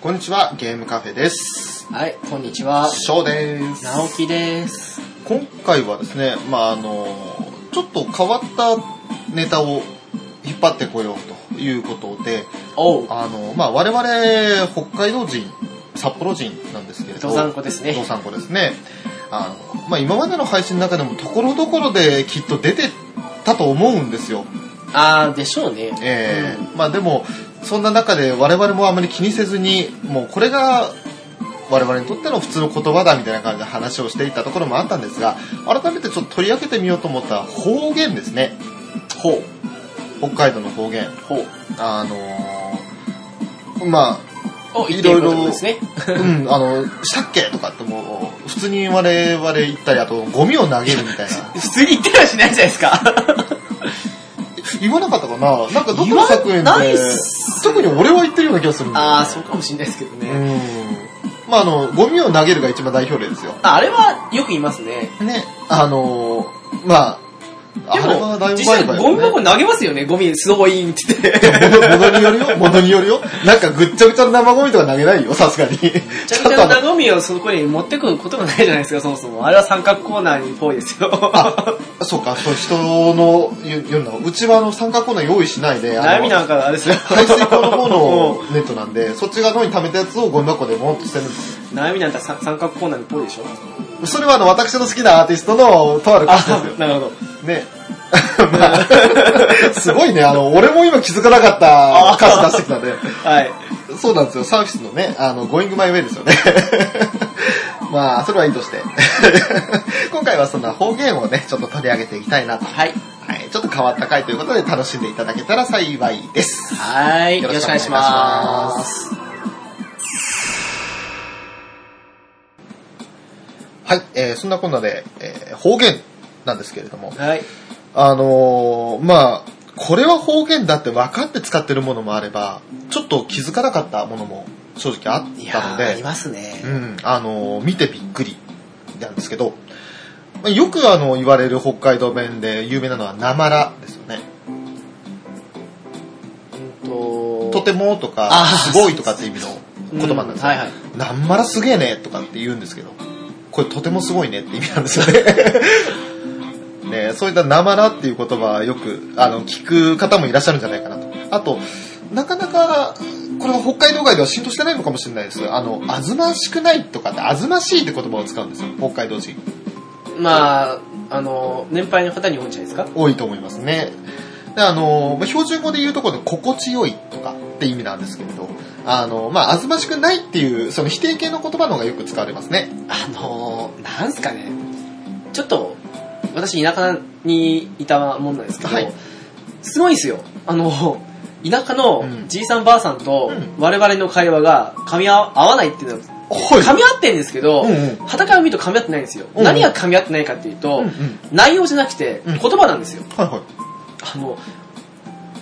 こんにちは、ゲームカフェです。はい、こんにちは。ショーです。直樹です。今回はですね、まああの、ちょっと変わったネタを引っ張ってこようということで、おう、あの、まあ我々、北海道人、札幌人なんですけれど。道産子ですね道産子ですね。あの、まあ今までの配信の中でもところどころできっと出てたと思うんですよ。あー、でしょうね。えーまあでもそんな中で我々もあまり気にせずにもうこれが我々にとっての普通の言葉だみたいな感じで話をしていたところもあったんですが改めてちょっと取り上げてみようと思った方言ですねほう、北海道の方言ほう。あのーまお、いいろろいいろろですね。あうんあのしたっけとかってもう普通に我々言ったりあとゴミを投げるみたいな 普通に言ってはしないじゃないですか。言わなかったかななんかどこの作品言わないでっす特に俺は言ってるような気がするんだよねあー、 そうかもしれないですけどね。うん。 まああの、ゴミを投げるが一番代表例ですよ。ああれはよく言いますね。ね。あのーまあ、あでれはもだい、ぶ実前際かゴミら 箱ね。投げますよね。ゴミ、スノボインって言って。ものによるよ、ものによるよ。なんかぐっちゃぐちゃの生ゴミとか投げないよ、さすがに。ちょちゃっんとあとの生ゴミをそこに持ってくることがないじゃないですか、そもそも。あれは三角コーナーにぽいですよ。あそうか、そう人の言う言うの。うちはあの三角コーナー用意しないで、あ 悩みのなんかあれですよ。排水口の 方のネットなんで、そっち側の方に溜めたやつをゴミ箱でボンと捨てるんですよ。悩みなんか三三角コーナーにぽいでしょ。それはあの私の好きなアーティストのとある歌詞ですよ あ。なるほど。ね。 まあ、すごいね。あの、俺も今気づかなかった歌詞出してきたんで。はい。そうなんですよ。サーフィスのね、あの、Going My Way ですよね。 まあ、それはいいとして。 今回はそんな方言をね、ちょっと取り上げていきたいなと。はい。はい。ちょっと変わった回ということで楽しんでいただけたら幸いです。はい。よろしくお願いします。はい。えーそんなこんなで、えー方言なんですけれども。はい。あのーまあ、これは方言だって分かって使ってるものもあれば、ちょっと気づかなかったものも正直あいっやたのーありで、ますうね。ん、あのー見てびっくりなんですけど、まあよくあの、言われる北海道弁で有名なのは、なまらですよね。ととてもとか、あーすごいとかって意味の言葉なんですよ。はいはい。なんまらすげえねとかって言うんですけど、これとてもすごいねって意味なんですよ ね。ねそういったなまらっていう言葉はよく、あの、聞く方もいらっしゃるんじゃないかなと。あと、なかなか、これは北海道外では浸透してないのかもしれないです。あの、あずましくないとかって、あずましいって言葉を使うんですよ。北海道人。まあ、あの、年配の方に多いんじゃないですか。多いと思いますね。で、あの、まあ標準語で言うところで、心地よいとかって意味なんですけれど、あの、まあ、あずましくないっていう、その否定形の言葉の方がよく使われますね。あの、なんすかね。ちょっと、私田舎にいたもんなんですけど、はいすごいんですよ。あの、田舎のうんじいさんばあさんとうん我々の会話が噛み合わないっていうのは、は噛み合ってんですけど、うんうんはたから見ると噛み合ってないんですよ。うん何が噛み合ってないかっていうと、うんうん内容じゃなくてうん言葉なんですよ。はいはい。あの、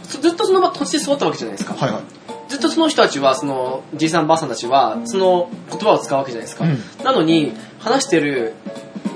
ずずっとその場土地で育ったわけじゃないですか。はいはい。ずっとその人たちは、その、じいさんばあさんたちは、その言葉を使うわけじゃないですか。なのに、話してる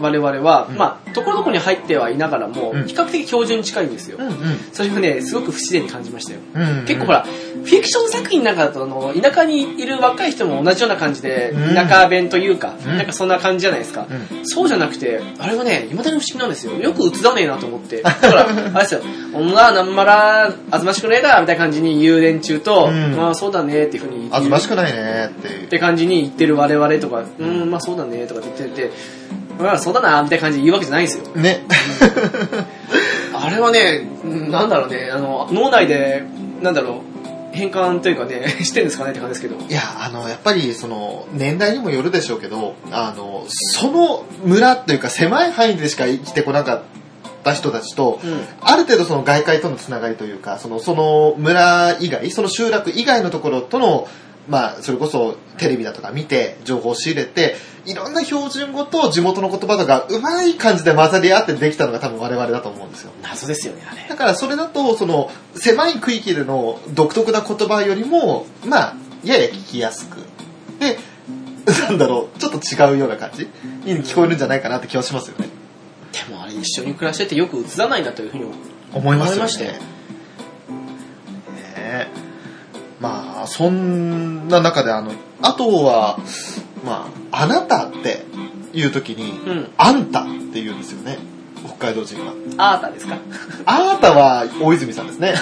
我々は、うんまあ、ところどころに入ってはいながらも、うん比較的標準に近いんですよ。うんそれはね、すごく不自然に感じましたよ。うん。うん結構ほ、ら、フィクション作品なんかだと、あの、田舎にいる若い人も同じような感じで、うん田舎弁というか、うんなんかそんな感じじゃないですか。うん。そうじゃなくて、あれはね、未だに不思議なんですよ。よく映らねえなと思って。だ から、あれですよ、女なんまら、あずましくねえだ、みたいな感じに言う連中と、うんまあそうだねっていうふうに言うあずましっくないねっていう。て感じに言ってる我々とか、うん、まあそうだねとかって言ってて、まあそうだな、みたいな感じで言うわけじゃないんですよ。ね。あれはね、うんなんだろうね、あの、脳内で、なんだろう、変換というかね、 してるんですかねって感じですけど。いや、あの、やっぱり、その、年代にもよるでしょうけど、あの、その村っていうか狭い範囲でしか生きてこなかった人たちと、うん。ある程度その外界とのつながりというか、その、その村以外、その集落以外のところとの、まあ、それこそテレビだとか見て、情報を仕入れて、いろんな標準語と地元の言葉とか、うまい感じで混ざり合ってできたのが多分我々だと思うんですよ。謎ですよね、あれ。だからそれだと、その、狭い区域での独特な言葉よりも、まあ、やや聞きやすく。で、なんだろう、ちょっと違うような感じに聞こえるんじゃないかなって気はしますよね。でもあれ、一緒に暮らしててよく映らないなというふうに思う思いますよね。思いましたよねえまあ、まあ、そんな中で、あの、あとは、まあ、あなたっていう時に、うん。あんたって言うんですよね。北海道人は。アータですかあなたは大泉さんです ね。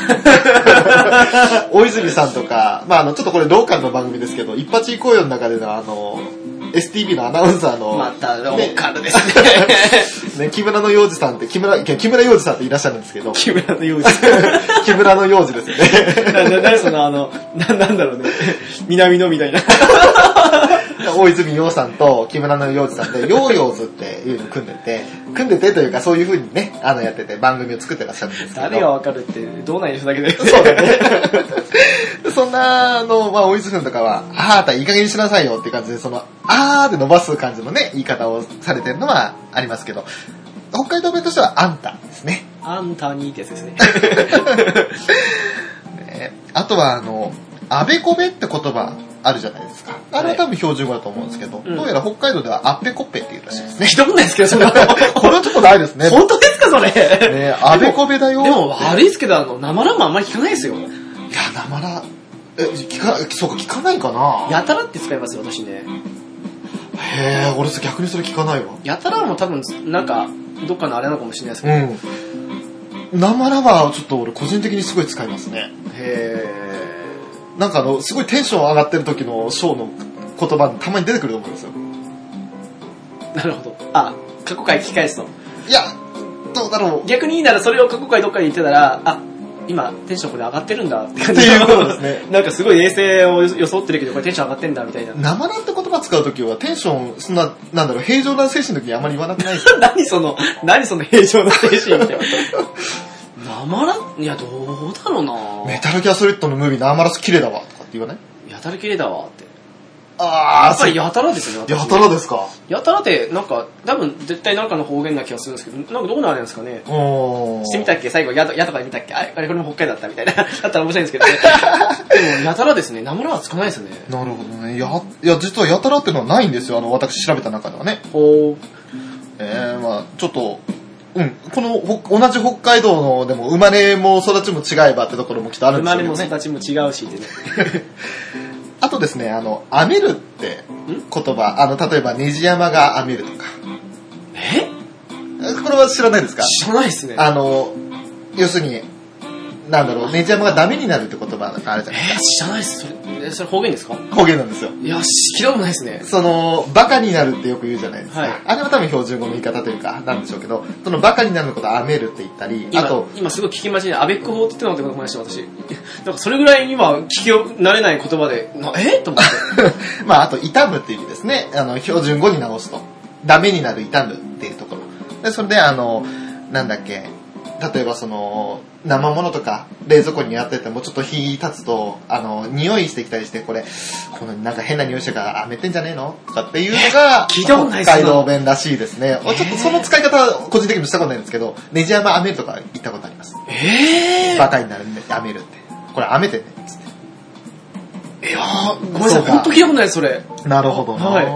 大泉さんとか、まああの、ちょっとこれローカルの番組ですけど、一発行こうよの中でのあの、STV のアナウンサーの、また、ロねーカルですね。ね、木村の洋二さんって、木村、木村洋二さんっていらっしゃるんです けど、 木村の用事。木村の洋二ですよね。何その、あの、な、なんだろうね。 南のみたいな。 大泉洋さんと木村の洋二さんで、ヨーヨーズっていうのを組んでて、組んでてというかそういう風にね、あのやってて番組を作ってらっしゃるんですけど。誰がわかるって、道内の人だけだよ。そうだね。そんな、あの、まあ、大泉さんとかは、あーたいい加減にしなさいよっていう感じで、その、あーで伸ばす感じのね、言い方をされてるのはありますけど、北海道弁としてはあんたですね。あんたにってやつですね。ねあとは、あの、あべこべって言葉あるじゃないですか。あれは多分標準語だと思うんですけど、うんどうやら北海道ではあっぺこっぺっていうらしいですね。 ひどくないですけど、それ。これはちょっとないですね。本当ですか、それ。ねあべこべだよ。でも、悪いですけど、あの、生ラムあんまり聞かないですよ。いや、なまら、え、聞か、そうか、聞かないかなやたらって使いますよ、私ね。へえ、俺逆にそれ聞かないわ。やたらも多分、なんか、どっかのあれなのかもしれないですけど。うん。生ラバーはちょっと俺個人的にすごい使いますね。へなんかあの、すごいテンション上がってる時のショーの言葉にたまに出てくると思うんですよ。ー。なるほど。あ、過去回聞き返すと。いや、どうだろう。逆にいいならそれを過去回どっかで言ってたら、あ、今テンションこれ上がってるんだって感じっていうことですね。なんかすごい衛星を装ってるけど、これテンション上がってんだみたいな。 生ラって言葉使う時はテンション、そんな、なんだろう、平常な精神の時にあんまり言わなくないです何その、何その平常の精神みたいな。生ら、いや、どうだろうな メタルギアソリッドのムービー生ラス綺麗だわ、とかって言わないやたら綺麗だわって。あやー、っぱそうりやたらですよね、やたらですか。やたらって、なんか、多分絶対なんかの方言な気がするんですけど、なんかどこのあれなんですかね。うーん。してみたっけ最後、やと、やとかで見たっけあれ、あれこれも北海道だったみたいな。だ ったら面白いんですけどね。でも、やたらですね、生らはつかないですね。なるほどね。や、いや、実はやたらっていうのはないんですよ。あの、私調べた中ではね。ほう。えー、まあちょっと、うん、このほ、同じ北海道の、でも、生まれも育ちも違えばってところもきっとある生んですまけれどもね。形も違うしってね。あとですね、あの、編めるって言葉、あの、例えば、ネジ山が編めるとか。ええこれは知らないですか知らないですね。あの、要するに、なんだろう、ネジ山がダメになるって言葉なんかあるじゃえないですー、知らないです。それ、えそれ方言ですかか。方言なんですよ。いや、知らもないですね。その、バカになるってよく言うじゃないですか。はいあれは多分標準語の言い方というか、なんでしょうけど、そのバカになるのことを編めるって言ったり、あと今、、今すごい聞き間違いアベック法って言ってなかったかと思いました、私。なんかそれぐらい今、聞き慣れない言葉で、なえと思って。 まあ、あと、痛むっていう意味ですね。あの、標準語に直すと。ダメになる痛むっていうところ。で、それで、あの、なんだっけ、例えばその、生物とか、冷蔵庫にやってても、ちょっと火立つと、あの、匂いしてきたりして、これ、このなんか変な匂いしてるから、あめてんじゃねえのとかっていうのが、聞いたことないっす北な海道弁らしいですね。ちょっとその使い方は、個人的にもしたことないんですけど、ネジ山あめるとか言ったことあります。 えーバカになるんで、あめるって。これ、あめてね。つっいやー、ごめんなさそい、うかほんと聞いたことないです、それ。てなるほどな。はい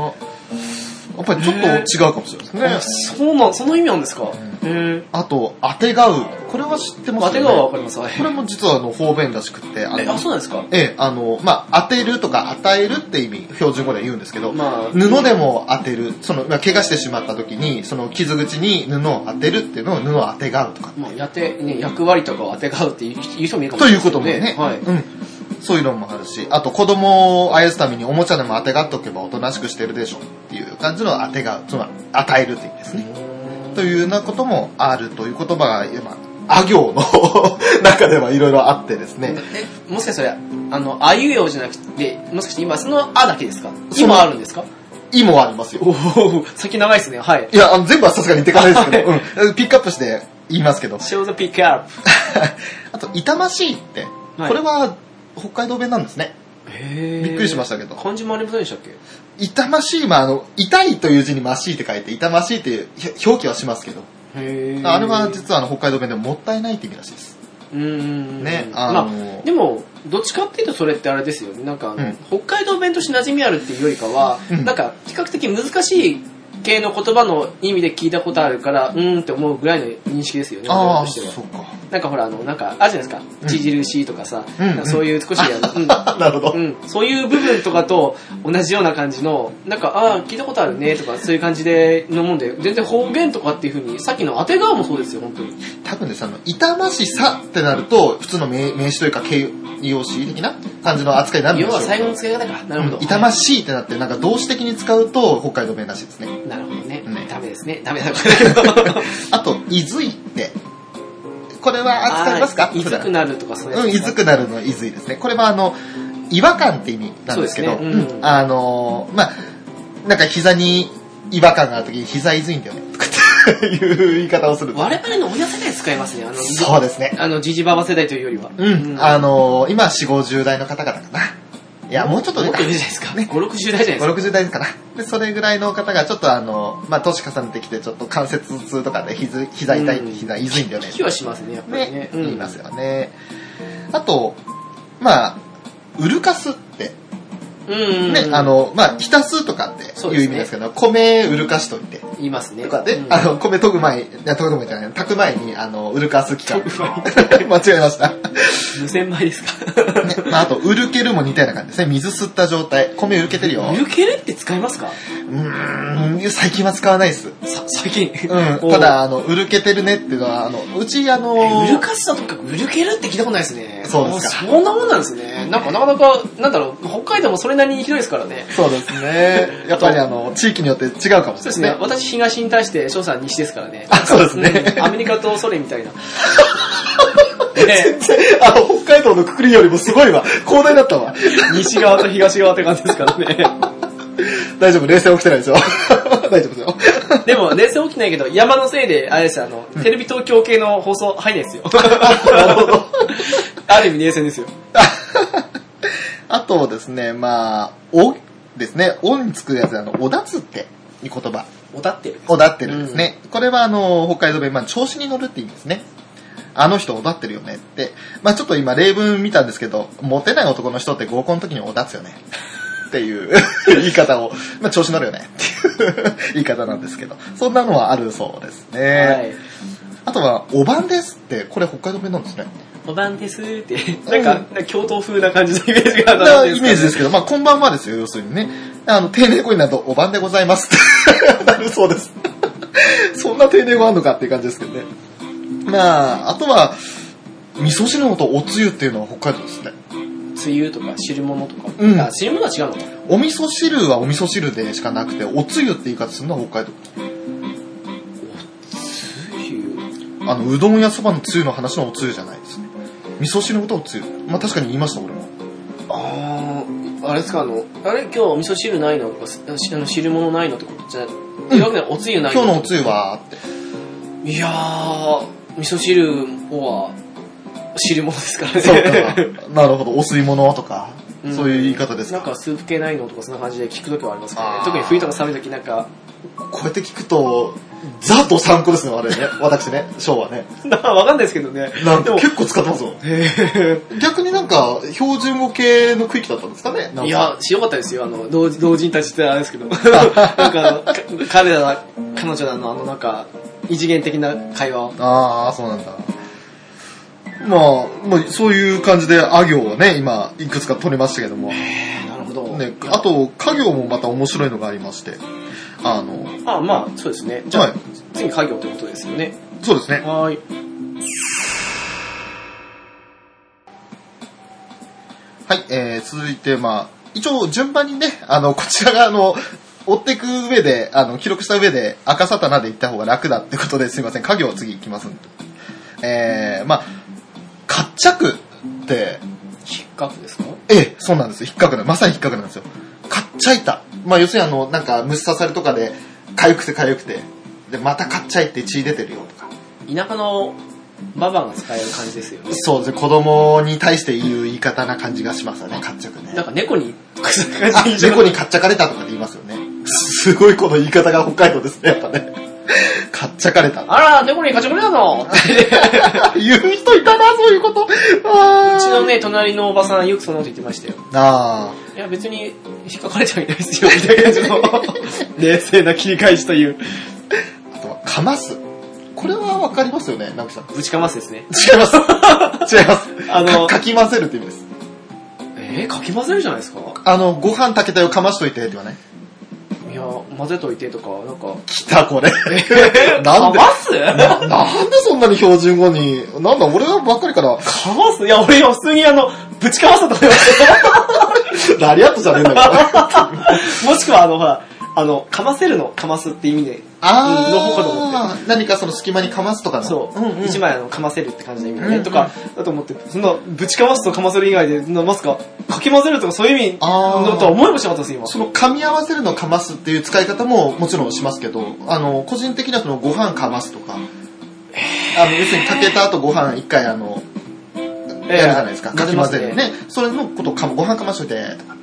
やっぱりちょっと違うかもしれないですね。あそうなん、その意味なんですか。えー。あと、あてがう。これは知ってますよ当ね。てがはわかります。はいこれも実はあの方便らしくって、あえ、あ、の、そうなんですかええ、あの、まあ、当てるとか与えるって意味、標準語では言うんですけど、まあ、布でも当てる、その、まあ、怪我してしまった時に、その傷口に布を当てるっていうのを布を当てがうとか、まあ、やって、ね、役割とかを当てがうっていう言う人もいるかもとしいれうないこですとよもね、はい。うん。そういうのもあるし、あと子供をあやすためにおもちゃでも当てがっておけばおとなしくしてるでしょっていう感じの当てがう、つまり与えるって意味ですね。というようなこともあるという言葉が今、あ行の 中ではいろいろあってですね。え、もしかしたら、あの、あいうようじゃなくて、もしかして今、そのあだけですかその今あるんですか意もありますよ。おお先長いですね、はい。いや、あの全部はさすがに言ってかないですけど、うん、ピックアップして言いますけど。 Show the pick up. あと、痛ましいって、はいこれは北海道弁なんですね。びびっくりしまししたけど。漢字もありませんでしたっけ痛ましい、まあ、あの、痛いという字にましいって書いて、痛ましいっていうひ表記はしますけど、へーあれは実はあの北海道弁でもったいないって意味らしいです。うーん。ね、あの、まあ、でも、どっちかっていうとそれってあれですよね。なんかあの、うん北海道弁として馴染みあるっていうよりかは、うんなんか、比較的難しい系の言葉の意味で聞いたことあるから、うーんって思うぐらいの認識ですよね。ああ、私としてはそうか。なんかほら、あの、なんか、あるじゃないですか。著しいとかさ、うんなんかそういう少し、あなるほど。のうん、うん、そういう部分とかと同じような感じの、なんか、ああ、聞いたことあるね、とか、そういう感じで、のもんで、全然方言とかっていうふうに、さっきの当て側もそうですよ、本当に。多分ね、その、痛ましさってなると、普通の名名詞というか形容詞的な感じの扱いになるんで要しょはうけど。最後の使い方か。なるほど。痛ましいってなって、なんか動詞的に使うと、北海道弁らしいですね。なるほどねね。ダメですね。ダメだ、これだけど。あと、いずいって。これは扱いますかあーいずくなるとかそういううやつん、いずくなるのいずいですね。これはあの、違和感って意味なんですけど、そうですねうんあの、まあ、なんか膝に違和感があるときに膝いずいんだよね、とかっていう言い方をする。我々の親世代使いますね。あの、そうですね。あの、じじばば世代というよりは。うん、あの、今4、50代の方々かな。いや、もうちょっともねっと上じゃないですか。5、60代じゃないです5、か。 60代かな。で、それぐらいの方がちょっとあの、まあ、年重ねてきて、ちょっと関節痛とかで、膝、膝痛い、うん膝いずいんだよね。気はしますね、やっぱりねね。、言いますよね。あと、まあ、ウルカスって、うん。うん。ね、あ、の、まあ、浸すとかってそういでうす意ね味ですけど、米うるかしといて、言いますね。とかで、うんあの、米研ぐ前、いや、研ぐ前じゃない、炊く前に、あの、うるかす期間。 間違えました。ね、無洗米です か。まあ、あと、うるけるも似たような感じですね。水吸った状態。米うるけてるよ。抜けるって使いますかうーん、最近は使わないです。さ、最近。うん、おた、だ、あの、うるけてるねっていうのは、あの、うち、あの、うるかしさとかく、うるけるって聞いたことないですね。そうですかあそんなもんなんですね。なんか、なかなか、なんだろう、北海道もそれなりにひどいですからね。そうですね。やっぱり、あ の、地域によって違うかもしそうれでないすね。私、東に対して、翔さん西ですからね。あそうですねんアメリカとソ連み たいな。ねあの、北海道のくくりよりもすごいわ。広大だったわ。西側と東側って感じですからね。大丈夫、冷静起きてないですよ。 大丈夫ですよ。でも、冷静起きないけど、山のせいで、あれですよあの、テレビ東京系の放送入んないですよ。 なるほど。ある意味冷静ですよ。あとですね、まあ、おですね、おにつくやつであの、おだつっていう言葉、おたってる。おだってるんですね。これはあの、北海道弁、まあ、調子に乗るって意味ですね。あの人おだってるよねって。まあちょっと今例文見たんですけど、モテない男の人って合コンの時におだつよね。っていう 言い方を、まあ調子乗るよねっていう言い方なんですけど、そんなのはあるそうですね。はい。あとは、おばんですって、これ北海道弁なんですね。おばんですって、なんか、なんか教頭風な感じのイメージがあったなんイメージですけど、まあ、こんばんはですよ、要するにね。あの、丁寧語になると、お晩でございます ってなるそうです。 そんな丁寧語あんのかっていう感じですけどね。まあ、あとは、味噌汁のこと、おつゆっていうのは北海道ですね。梅雨とか汁物とか。うんあ、汁物は違うのか。お味噌汁はお味噌汁でしかなくて、おつゆって言い方するのは北海道。あの、うどんやそばのつゆの話のおつゆじゃないですね。味噌汁のことをおつゆ。まあ、確かに言いました、俺も。あー、あれですか、あの、あれ今日お味噌汁ないのとか、あのしあの汁物ないのってことじゃ、んいわくないおつゆない今日のおつゆは、って。いやー、味噌汁は汁物ですからね。そう か。なるほど。お吸い物とか、うんそういう言い方ですなか。んかスープ系ないのとかそんな感じで聞くときはありますけどあねー。特に冬とか寒いときなんか、 こうやって聞くと、ザと参考ですね、あれね。私ね、昭和ね。なわかんないですけどね。なんでかも結構使ってますよ。逆になんか、標準語系の区域だったんですかねなんかいや、強かったですよ、あの、同同人たちってあれですけど。なんかあの、か彼らは、彼女らのあの、なんか、異次元的な会話を。ああ、そうなんだ。まあ、まあ、そういう感じで、あ行をね、今、いくつか取れましたけども。ね、なるほど。あと、家行もまた面白いのがありまして、あの、あ、まあ、そうですね。じゃあ、はい次、家業ってことですよね。そうですね。はーい。はい、えー、続いて、まあ、一応順番にね、あの、こちらが、あの、追っていく上で、あの、記録した上で、赤サタナで行った方が楽だってことですいません。家業次行きますんで。えー、まあ、活着って、引っかくですかええ、そうなんですよ。引っかくな、まさに引っかくなんですよ。かっちゃいた。まあ、要するにあの、なんか、虫刺されとかで、かゆくてかゆくて、で、またかっちゃいって血出てるよとか。田舎のババアが使える感じですよね。そうですね、子供に対して言う言い方な感じがしますよね、活着ね。なんか猫に、そんなあ感じで猫にかっちゃかれたとかで言いますよね。すごいこの言い方が北海道ですね、やっぱね。かっちゃかれた。あら、猫に勝ち込みだぞ言う人いたな、そういうこと。あうちのー。ね、隣のおばさんよくそんなこと言ってましたよ。あいや、別に引っかかれちゃいないですよ、みたいな感じ の冷静な切り返しといーう。あとは、かます。これはわわかりますよね、直樹さん。ぶちかますですね。違い ます。違います。あのか、かき混ぜるって意味です。えー、かき混ぜるじゃないですかあの、ご飯炊けたよ、かましといて、ってはね。いや、混ぜといてとか、なんか、来た、これ。なかんで、ますかななんでそんなに標準語に、なんだ、俺ばっかりから、ますいや、俺今普通にあの、ぶちかますと思いましラリアットじゃねえんだ から。た。 もしくはあの、ほら、あの、かませるの、かますって意味で、あー、の方かと思何かその隙間にかますとかの。そう、んん一枚あの、かませるって感じの意味でね、うんうんとか、だと思って、そんな、ぶちかますとかませる以外で、なまさか、かき混ぜるとかそういう意味あーのとは思いもしなかったです、今。その噛み合わせるのかますっていう使い方ももちろんしますけど、あの、個人的にはそのご飯かますとか、あの、要するに炊けた後ご飯一回あの、ええやるじゃないですか。かき混ぜかき混ぜてるね。それのことか、ご飯かましといて、とか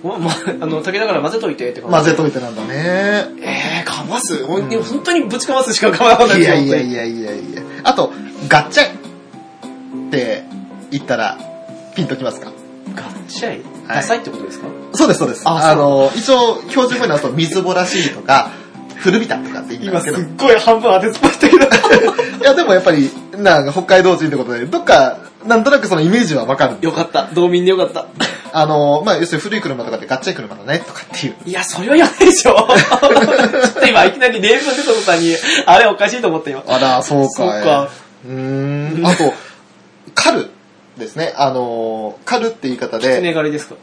ま、ま、あの、竹だから混ぜといてって感じ。混ぜといてなんだね。えー、かます、ほん、本当にぶちかますしかかまなかったいやいやや。いやいやいや。あと、ガッチャイって言ったら、ピンときますかガッチャイダサいってことですかそうです、そうです。ああの、一応、標準語になると、水ぼらしいとか、古びたとかって言うんで今すけすどっ、ごい半分当てつっぽいったけど。 いや、でもやっぱり、なんか北海道人ってことで、どっか、なんとなくそのイメージはわかる。よかった。道民でよかった。あの、まあ、要するに古い車とかってガッチャイ車だねとかっていう。いや、それはやばいでしょ。ちょっと今、いきなり例文出た途端に、あれおかしいと思ったよ。あら、そうか。そうか。うーん。あと、カルですね。あの、カルって言い方つで、ねがりですか。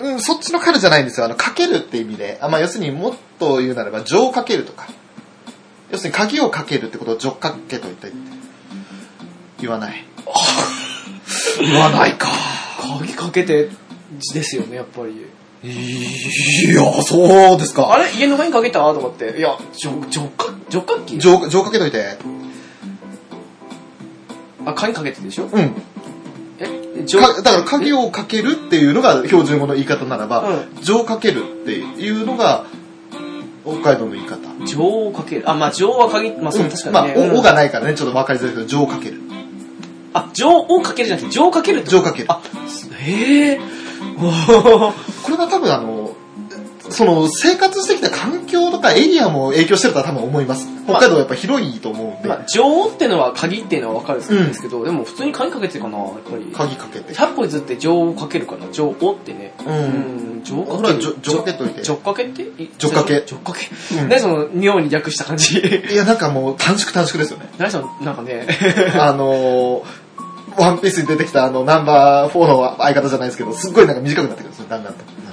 うん、そっちのカルじゃないんですよ。あの、かけるって意味で、あまあ、要するにもっと言うならば、錠をかけるとか。要するに鍵をかけるってことを錠かけといてって。言わない。言わないか。鍵かけて、ですよね、やっぱり。いや、そうですかあ。れ家の前にかけたと思って。いや、じょ、じょっか、じょっかっき錠錠かけといて。あ、鍵かけてでしょうん。え、じょ、かだから鍵をかけるっていうのが標準語の言い方ならば、錠、かけるっていうのが北海道の言い方。情をかける。あ、まあ情は鍵、まあそう、確かにね。まあ、うんお、おがないからね、ちょっと分かりづらいけど、錠かける。あ、情をかけるじゃなくて、情をかけるってこと錠かける。あ、へえ。おーこれは多分あの、その生活してきた環境とかエリアも影響してるとは多分思います。北海道はやっぱ広いと思うんで、まあ、情ってのは鍵っていうのはわかるんですけど、でも普通に鍵かけてかな、やっぱり。鍵かけて。 100歩譲って情をかけるかな、情をってね。う。うんん、情ほ、からける。錠錠かけといて。情かけってい情かけ情かけ。うん何その、妙に略した感じ。 いや、なんかもう短縮短縮ですよね。何その、なんかね。 あのー、ワンピースに出てきたあの、ナンバー4の相方じゃないですけど、すっごいなんか短くなってくるんですよ、だんだんと。うん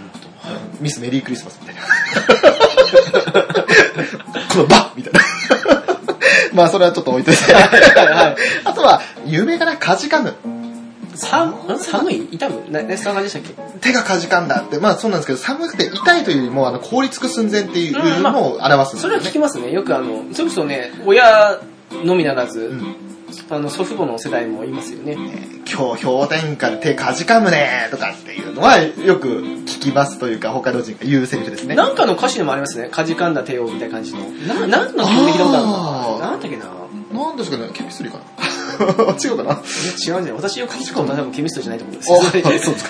ミスメリークリスマスみたいな。 このバッみたいな。 まあ、それはちょっと置いといて。 あとは、有名かな、かじかむ。寒、ん寒い痛むな、な、そんな感じでしたっ手がかじかんだって、まあそうなんですけど、寒くて痛いというよりも、あの、凍りつく寸前っていううんまあのを表すけんそでれはす聞ね。きますね。よくあの、それこそね、親のみならず、うんあの、祖父母の世代もいますよね。今日氷点下で手かじかむねーとかっていうのはよく聞きますというか、他の人が言うセリフですね。なんかの歌詞でもありますね。かじかんだ帝王みたいな感じの。な、なんの筋肉の歌なあーのなんだっけななんですかね、ケミストリーかな 違うか ないや違うんじゃない私よく聞くことは多分ケミストじゃないと思うんです そうよ。ですか。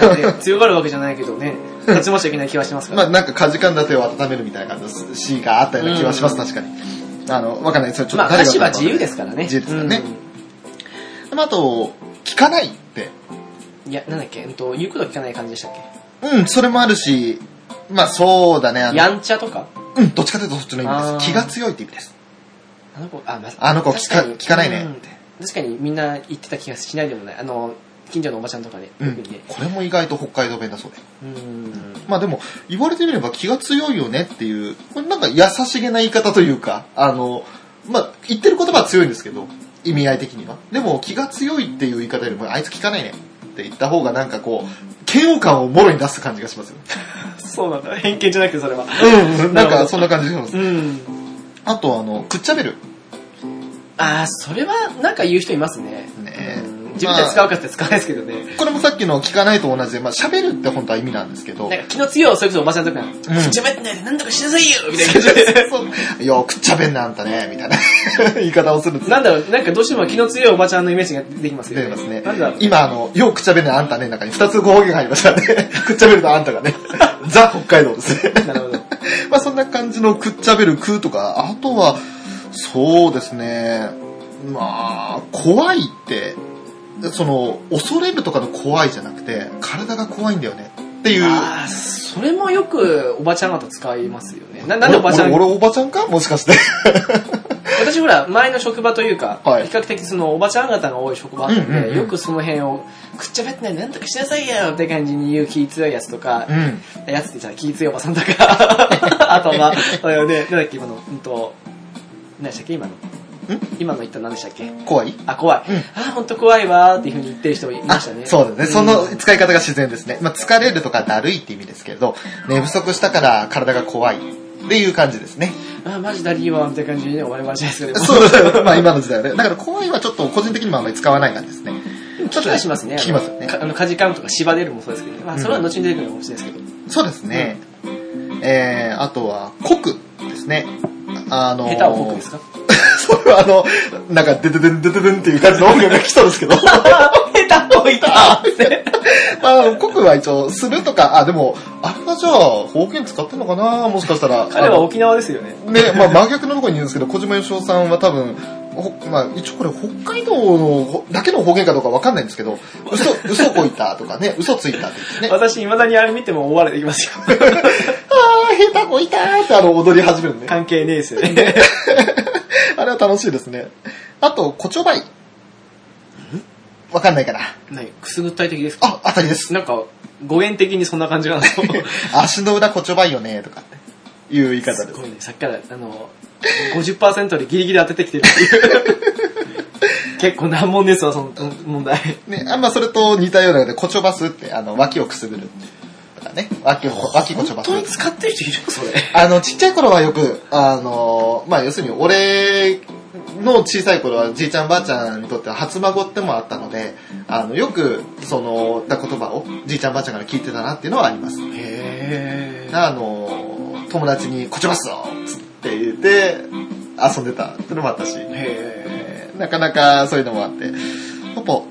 なんで強がるわけじゃないけどね、立ちましちゃいけない気はします かまら。あなんかかじかんだ手を温めるみたいな感じのシーンがあったような気はします、うん確かに。あの、わかんないですよ。ちょっと。まあ、歌詞は自由ですすからね。自由ですからねうまああと、聞かないって。んいや、なんだっけ、えっと、言うこと聞かない感じでしたっけ。うん、それもあるし、まあそうだね、あの、やんちゃとかうん、どっちかというとそっちの意味あーです。気が強いって意味です。あの子、あ、まあの子聞か確に聞かないねうん確かにみんな言ってた気がしないでもない。あの、近所のおばちゃんとかね、う特んにね。、これも意外と北海道弁だそうで。うん。まあでも、言われてみれば気が強いよねっていう、これなんか優しげな言い方というか、あの、まあ言ってる言葉は強いんですけど、意味合い的には。でも気が強いっていう言い方よりも、あいつ聞かないねって言った方がなんかこう、嫌悪感をもろに出す感じがしますよ。そうなんだ。偏見じゃなくて、それは。うん、なんなるほかどそんな感じがします。うん。あとあの、くっちゃべる。あー、それは、なんか言う人いますね。ねうん自分で使うかって使わないですけどね。これもさっきの聞かないと同じで、まあ喋るって本当は意味なんですけど な、んか気の強い、それこそおばちゃんとか、喋ってないで何とかしなさいよみたいな感じで。いや、くっちゃべんなあんたね、みたいな 言い方をするんですよなんだろう、なんかどうしても気の強いおばちゃんのイメージができますよ出てね。ますねなんだ ろ。う。今、あの、ようくっちゃべるのあんたね、中に二つ方言が入りましたね。 くっちゃべるのあんたがね。 ザ・北海道ですね。 なるほど。まあそんな感じのくっちゃべる、くとか、あとは、そうですね。まあ、怖いって、その、恐れるとかの怖いじゃなくて、体が怖いんだよねっていう。あーそれもよくおばちゃん方使いますよね。ななんでおばちゃん俺俺俺おばちゃんかもしかして。私ほら、前の職場というか、はい比較的そのおばちゃん方が多い職場あったんうで、んうんうんよくその辺を、くっちゃべってない、なんとかしなさいよって感じに言う気強いやつとか、うん。やつって言ったら気強いおばさん とか、あとまあ、あれね、なんだっけ今の、うんと、何でしたっけ今の。今の言った何でしたっけ怖いあ、怖い。うんあ、ほんと怖いわーっていうふうに言ってる人もいましたね。あそうだね、んその使い方が自然ですね。まあ、疲れるとかだるいって意味ですけれど、寝不足したから体が怖いっていう感じですね。あ、マジだりーわーみたいな感じでね、終わりましたですけど。そうですね。まあ今の時代はね。だから怖いはちょっと個人的にもあんまり使わない感じですね。ちょっとしますね。聞きますよねかあの、カジカムとか芝出るもそうですけど、ね、まあ、それは後に出てくるかもしれないですけど、そうですね。えー、あとは、コクですね。あのー、下手は僕ですかそれはあの、なんか、デデデンデデデンっていう感じの音楽が来たんですけど。下手をいたって。まあ、コクは一応、するとか、あ、でも、あれはじゃあ、方言使ってんのかなもしかしたら。彼は沖縄ですよね。ね、まあ真逆のところにいるんですけど、小島よしおさんは多分、ほまあ、一応これ北海道のほだけの方言かどうかわかんないんですけど、嘘、 嘘こいたとかね、嘘ついたって言ってね、 私、未だにあれ見ても追われてきます よ。あー、下手こいたーってあの踊り始めるね。関係ねえですよね。 あれは楽しいですね。あと、コチョバイ。わかんないかな。何くすぐったい的ですかあ、当たりです。なんか、語源的にそんな感じがない足の裏コチョバイよねとかっていう言い方すです。ごい ね、さっきから、あの、50%でギリギリ当ててきてるって いう。結構難問ですわ、そのうん問題。ね、あんまそれと似たようなので、コチョバスって、あの、脇をくすぐる。とかね、脇を、脇コチョ本バス。当に使ってる人いるのそれ。あの、ちっちゃい頃はよく、あの、まあ、要するに俺の小さい頃はじいちゃんばあちゃんにとっては初孫ってもあったので、あの、よく、その、言った言葉をじいちゃんばあちゃんから聞いてたなっていうのはあります。へあの、友達に、こちますよつって言って、遊んでたっていうのもあったし、ー。へえーなかなかそういうのもあって、やっぱちょっ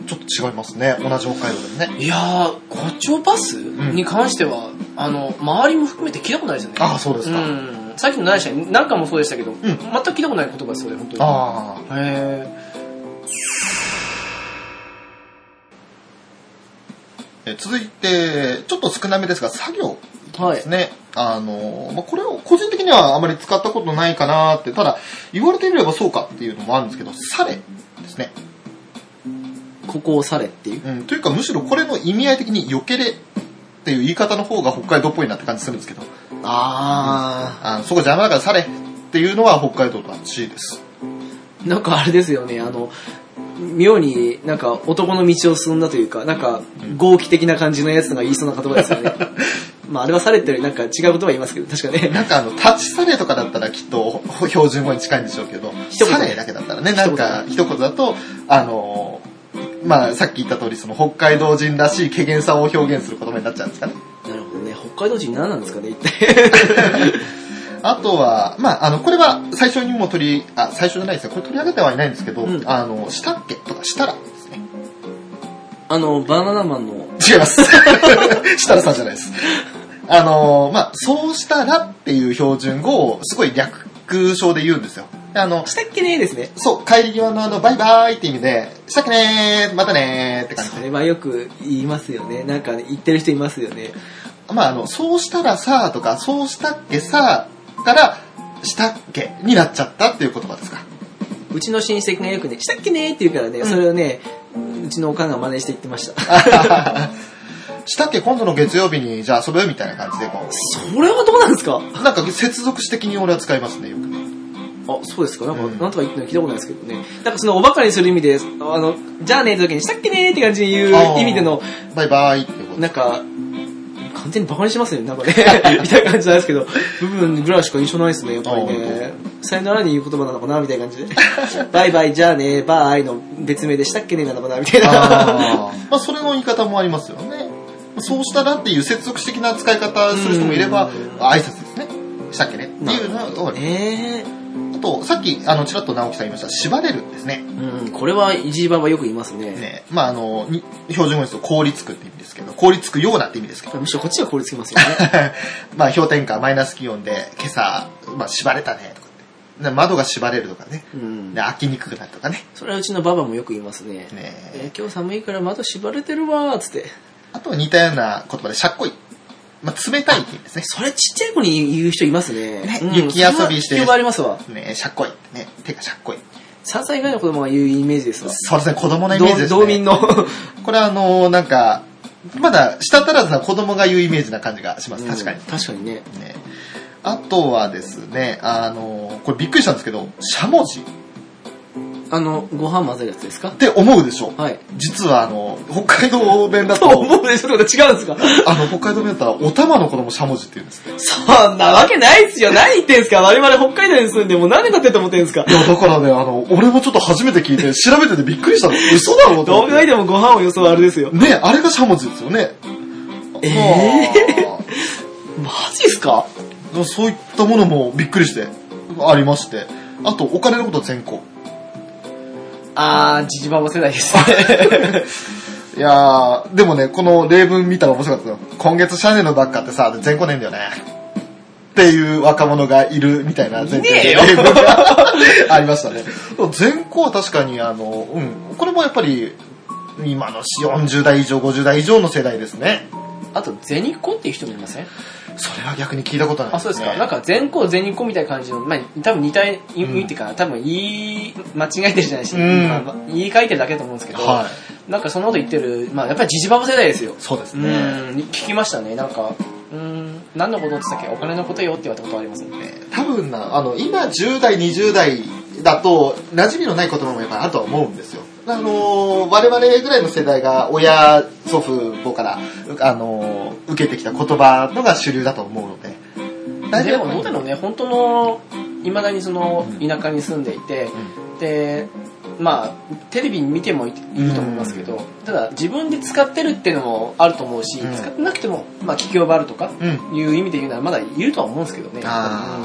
と違いますね、同じ北海道でもね。ー。いやー、コチョバスんに関しては、あの、周りも含めて聞いたことないですよね。ああ、そうですか。うん。さっきの何でしたなんかもそうでしたけど、全く聞いたことない言葉ですよね、本当に。ああ、へえ続いて、ちょっと少なめですが、作業ーはでいす。ね。あの、まあ、これを個人的にはあまり使ったことないかなって、ただ言われてみればそうかっていうのもあるんですけど、されですね。ここをされっていう。うん、というかむしろこれの意味合い的に避けれっていう言い方の方が北海道っぽいなって感じするんですけど、ああのそこ邪魔だからされっていうのは北海道とは違いです。ー。なんかあれですよね、あの、妙になんか男の道を進んだというか、なんか豪気的な感じのやつが言いそうな言葉ですよ ね。まああれはされってよりなんか違う言葉言いますけど、確か ね。なんかあの、立ちされとかだったらきっとほ標準語に近いんでしょうけど、一言されだけだったらね、なんか一言だと、あの、まあさっき言った通りその北海道人らしい軽減さを表現する言葉になっちゃうんですかね。なるほどね、北海道人何なんですかね、一体。あとは、まあ、あの、これは最初にも取り、あ、最初じゃないですね。これ取り上げてはいないんですけど、うんあの、したっけとかしたらですね。 あの、バナナマンの、違います。 したらさんじゃないです。あの、まあ、そうしたらっていう標準語をすごい略称で言うんですよ。であの、したっけねーですね。そう、帰り際のあの、バイバイって意味で、したっけねー、またねーって感じそ。れはよく言いますよね。なんか言ってる人いますよね。まあ、あの、そうしたらさとか、そうしたっけさから、したっけになっちゃったっていう言葉ですか。うちの親戚がよくね、したっけねーって言うからね、それをね、うちのおかんが真似して言ってました。したっけ今度の月曜日に、じゃあ遊ぶみたいな感じでこう。それはどうなんですかなんか接続詞的に俺は使いますね、よく。あ、そうですか。なんか、うんなんとか言ってるの聞いたことないですけどね。なんかそのおばかりする意味で、あの、じゃあねーって時に、したっけねーって感じに言あーう意味での、バイバイっていうこと。なんか、完全にバカにしてますよね、なんか ね。みたいな感じなんですけど、部分ぐらいしか印象ないですね、やっぱりあね。さよならに言う言葉なのかな、みたいな感 じで。バイバイ、じゃあねー、バイの別名でしたっけねーなのかな、みたいな。あ ーまあ、それの言い方もありますよね。そうしたらっていう接続詞的な使い方する人もいれば、うん挨拶ですね。したっけねっていうのは、えあと、さっき、あの、ちらっと直樹さん言いました、縛れるですね。ー、うん、これは、イジーバはよく言いますね。ねまあ、あの、に標準語ですと、凍りつくって意味ですけど、凍りつくようなって意味ですけど、 むしろこっちが 凍りつきますよね。まあ、氷点下マイナス気温で、今朝、まあ、縛れたね、とかってね窓が縛れるとかね。うんね、開きにくくなるとかね。それはうちのババもよく言いますね。ねえー今日寒いから窓縛れてるわーっつって。あとは似たような言葉で、しゃっこい。まあ、冷たいって意味ですね。それちっちゃい子に言う人いますね。ねうん雪遊びしてそれは必要がありますわ。ね、しゃっこいってね、手がしゃっこい。 3歳ぐらいの子供が言うイメージですわ。そうですね、子供のイメージですね。同同民の。これはあのーなんか、まだ、舌足らずな子供が言うイメージな感じがします、うん確かに。確かにね。ね、あとはですね、あのーこれびっくりしたんですけど、しゃもじっあの、ご飯混ぜるやつですかて思うでしょはい。実はあの、北海道弁だとと、思うでしょうけど違うんですかあの、北海道弁だったら、お玉の子供しゃもじって言うんですって。そんなわけないっすよ。何言ってんすか我々北海道に住んでもう何年経ってると思ってんすかいや、だからね、あの、俺もちょっと初めて聞いて、調べててびっくりしたの。嘘だろとど思うっ考えて。てもご飯を予想あれですよ。ね、あれがしゃもじですよね。えはあマジっすかそういったものもびっくりして、ありまして。あと、お金のことは全項。あー、じじばば世代です ね。いやー、でもね、この例文見たら面白かったよ。今月シャネルのばっかってさ、全項ねえんだよね。っていう若者がいるみたいな前いねえ提よの例文が ありましたね。全項は確かに、あの、うん、これもやっぱり、今の40代以上、50代以上の世代ですね。あと、銭っ子っていう人もいませんそれは逆に聞いたことないあ、そうですか。なんか、全校全日校みたいな感じの、まあ、多分似た、いいっていうか、多分言い、間違えてるじゃないし、うんまあ言い換えてるだけだと思うんですけど、はなんかそのこと言ってる、まあ、やっぱりジジババ世代ですよい。。そうですうん、ね。聞きましたね。なんか、うん、何のことって言ったっけお金のことよって言われたことありますね。多分な、あの、今10代、20代だと、馴染みのない言葉もやっぱりあるとは思うんですよ。あのー、我々ぐらいの世代が親、祖父母から、あのー、受けてきた言葉のが主流だと思うので。大で体も、どうだろうね、本当の、いまだにその、田舎に住んでいて、で、まあ、テレビ見てもいいと思いますけど、ただ、自分で使ってるっていうのもあると思うし、うん使ってなくても、まあ、企業があるとか、うん。いう意味で言うならまだいるとは思うんですけどね。あ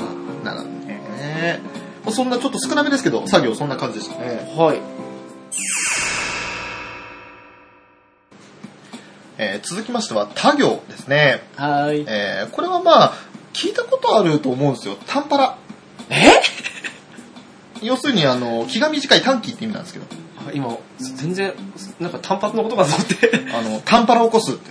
ー、なるほどね。まあそんなちょっと少なめですけど、作業そんな感じでしたね。はい。えー続きましては、他行ですね。はい。えーこれはまあ、聞いたことあると思うんですよ。短パラ。え要するに、あの、気が短い短期って意味なんですけど、今、全然、なんか単発の言葉だと思って。あの、短パラを起こすって、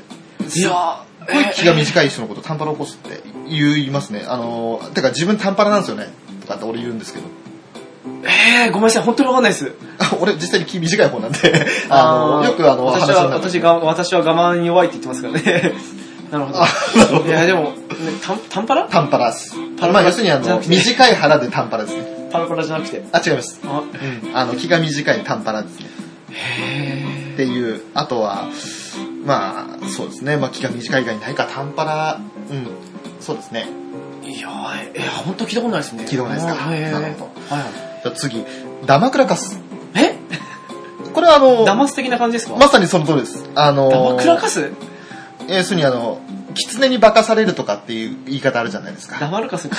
いやすごい気が短い人のこと短パラを起こすって言いますね。あの、てか自分短パラなんですよね、とかって俺言うんですけど、 えー、ごめんなさい、本当にわかんないです。あ俺実際に気短い方なんで、あの、よくあの、私話は、の中私で。が、私は我慢弱いって言ってますからね。なるほあなるほど。いや、でも、ね、単単パラ短パラです。パラまあ要するにあじゃなの、くて短い腹で短パラですね。パラパラじゃなくて。あ、違います。あ、うん。あの、気が短い短パラですね。へっていう、あとは、まあ、そうですね。まあ、気が短い以外にないか、短パラ、うん。そうですね。え。いやー、いや、本当聞いたことないですね。聞いたことないですかあーへーなるほはい。じゃあ次、ダマクラカス。えこれはあの、ダマス的な感じですかまさにその通りです。あのー、ダマクラカ ス要するにあの、狐に化かされるとかっていう言い方あるじゃないですか。ダマルカ スか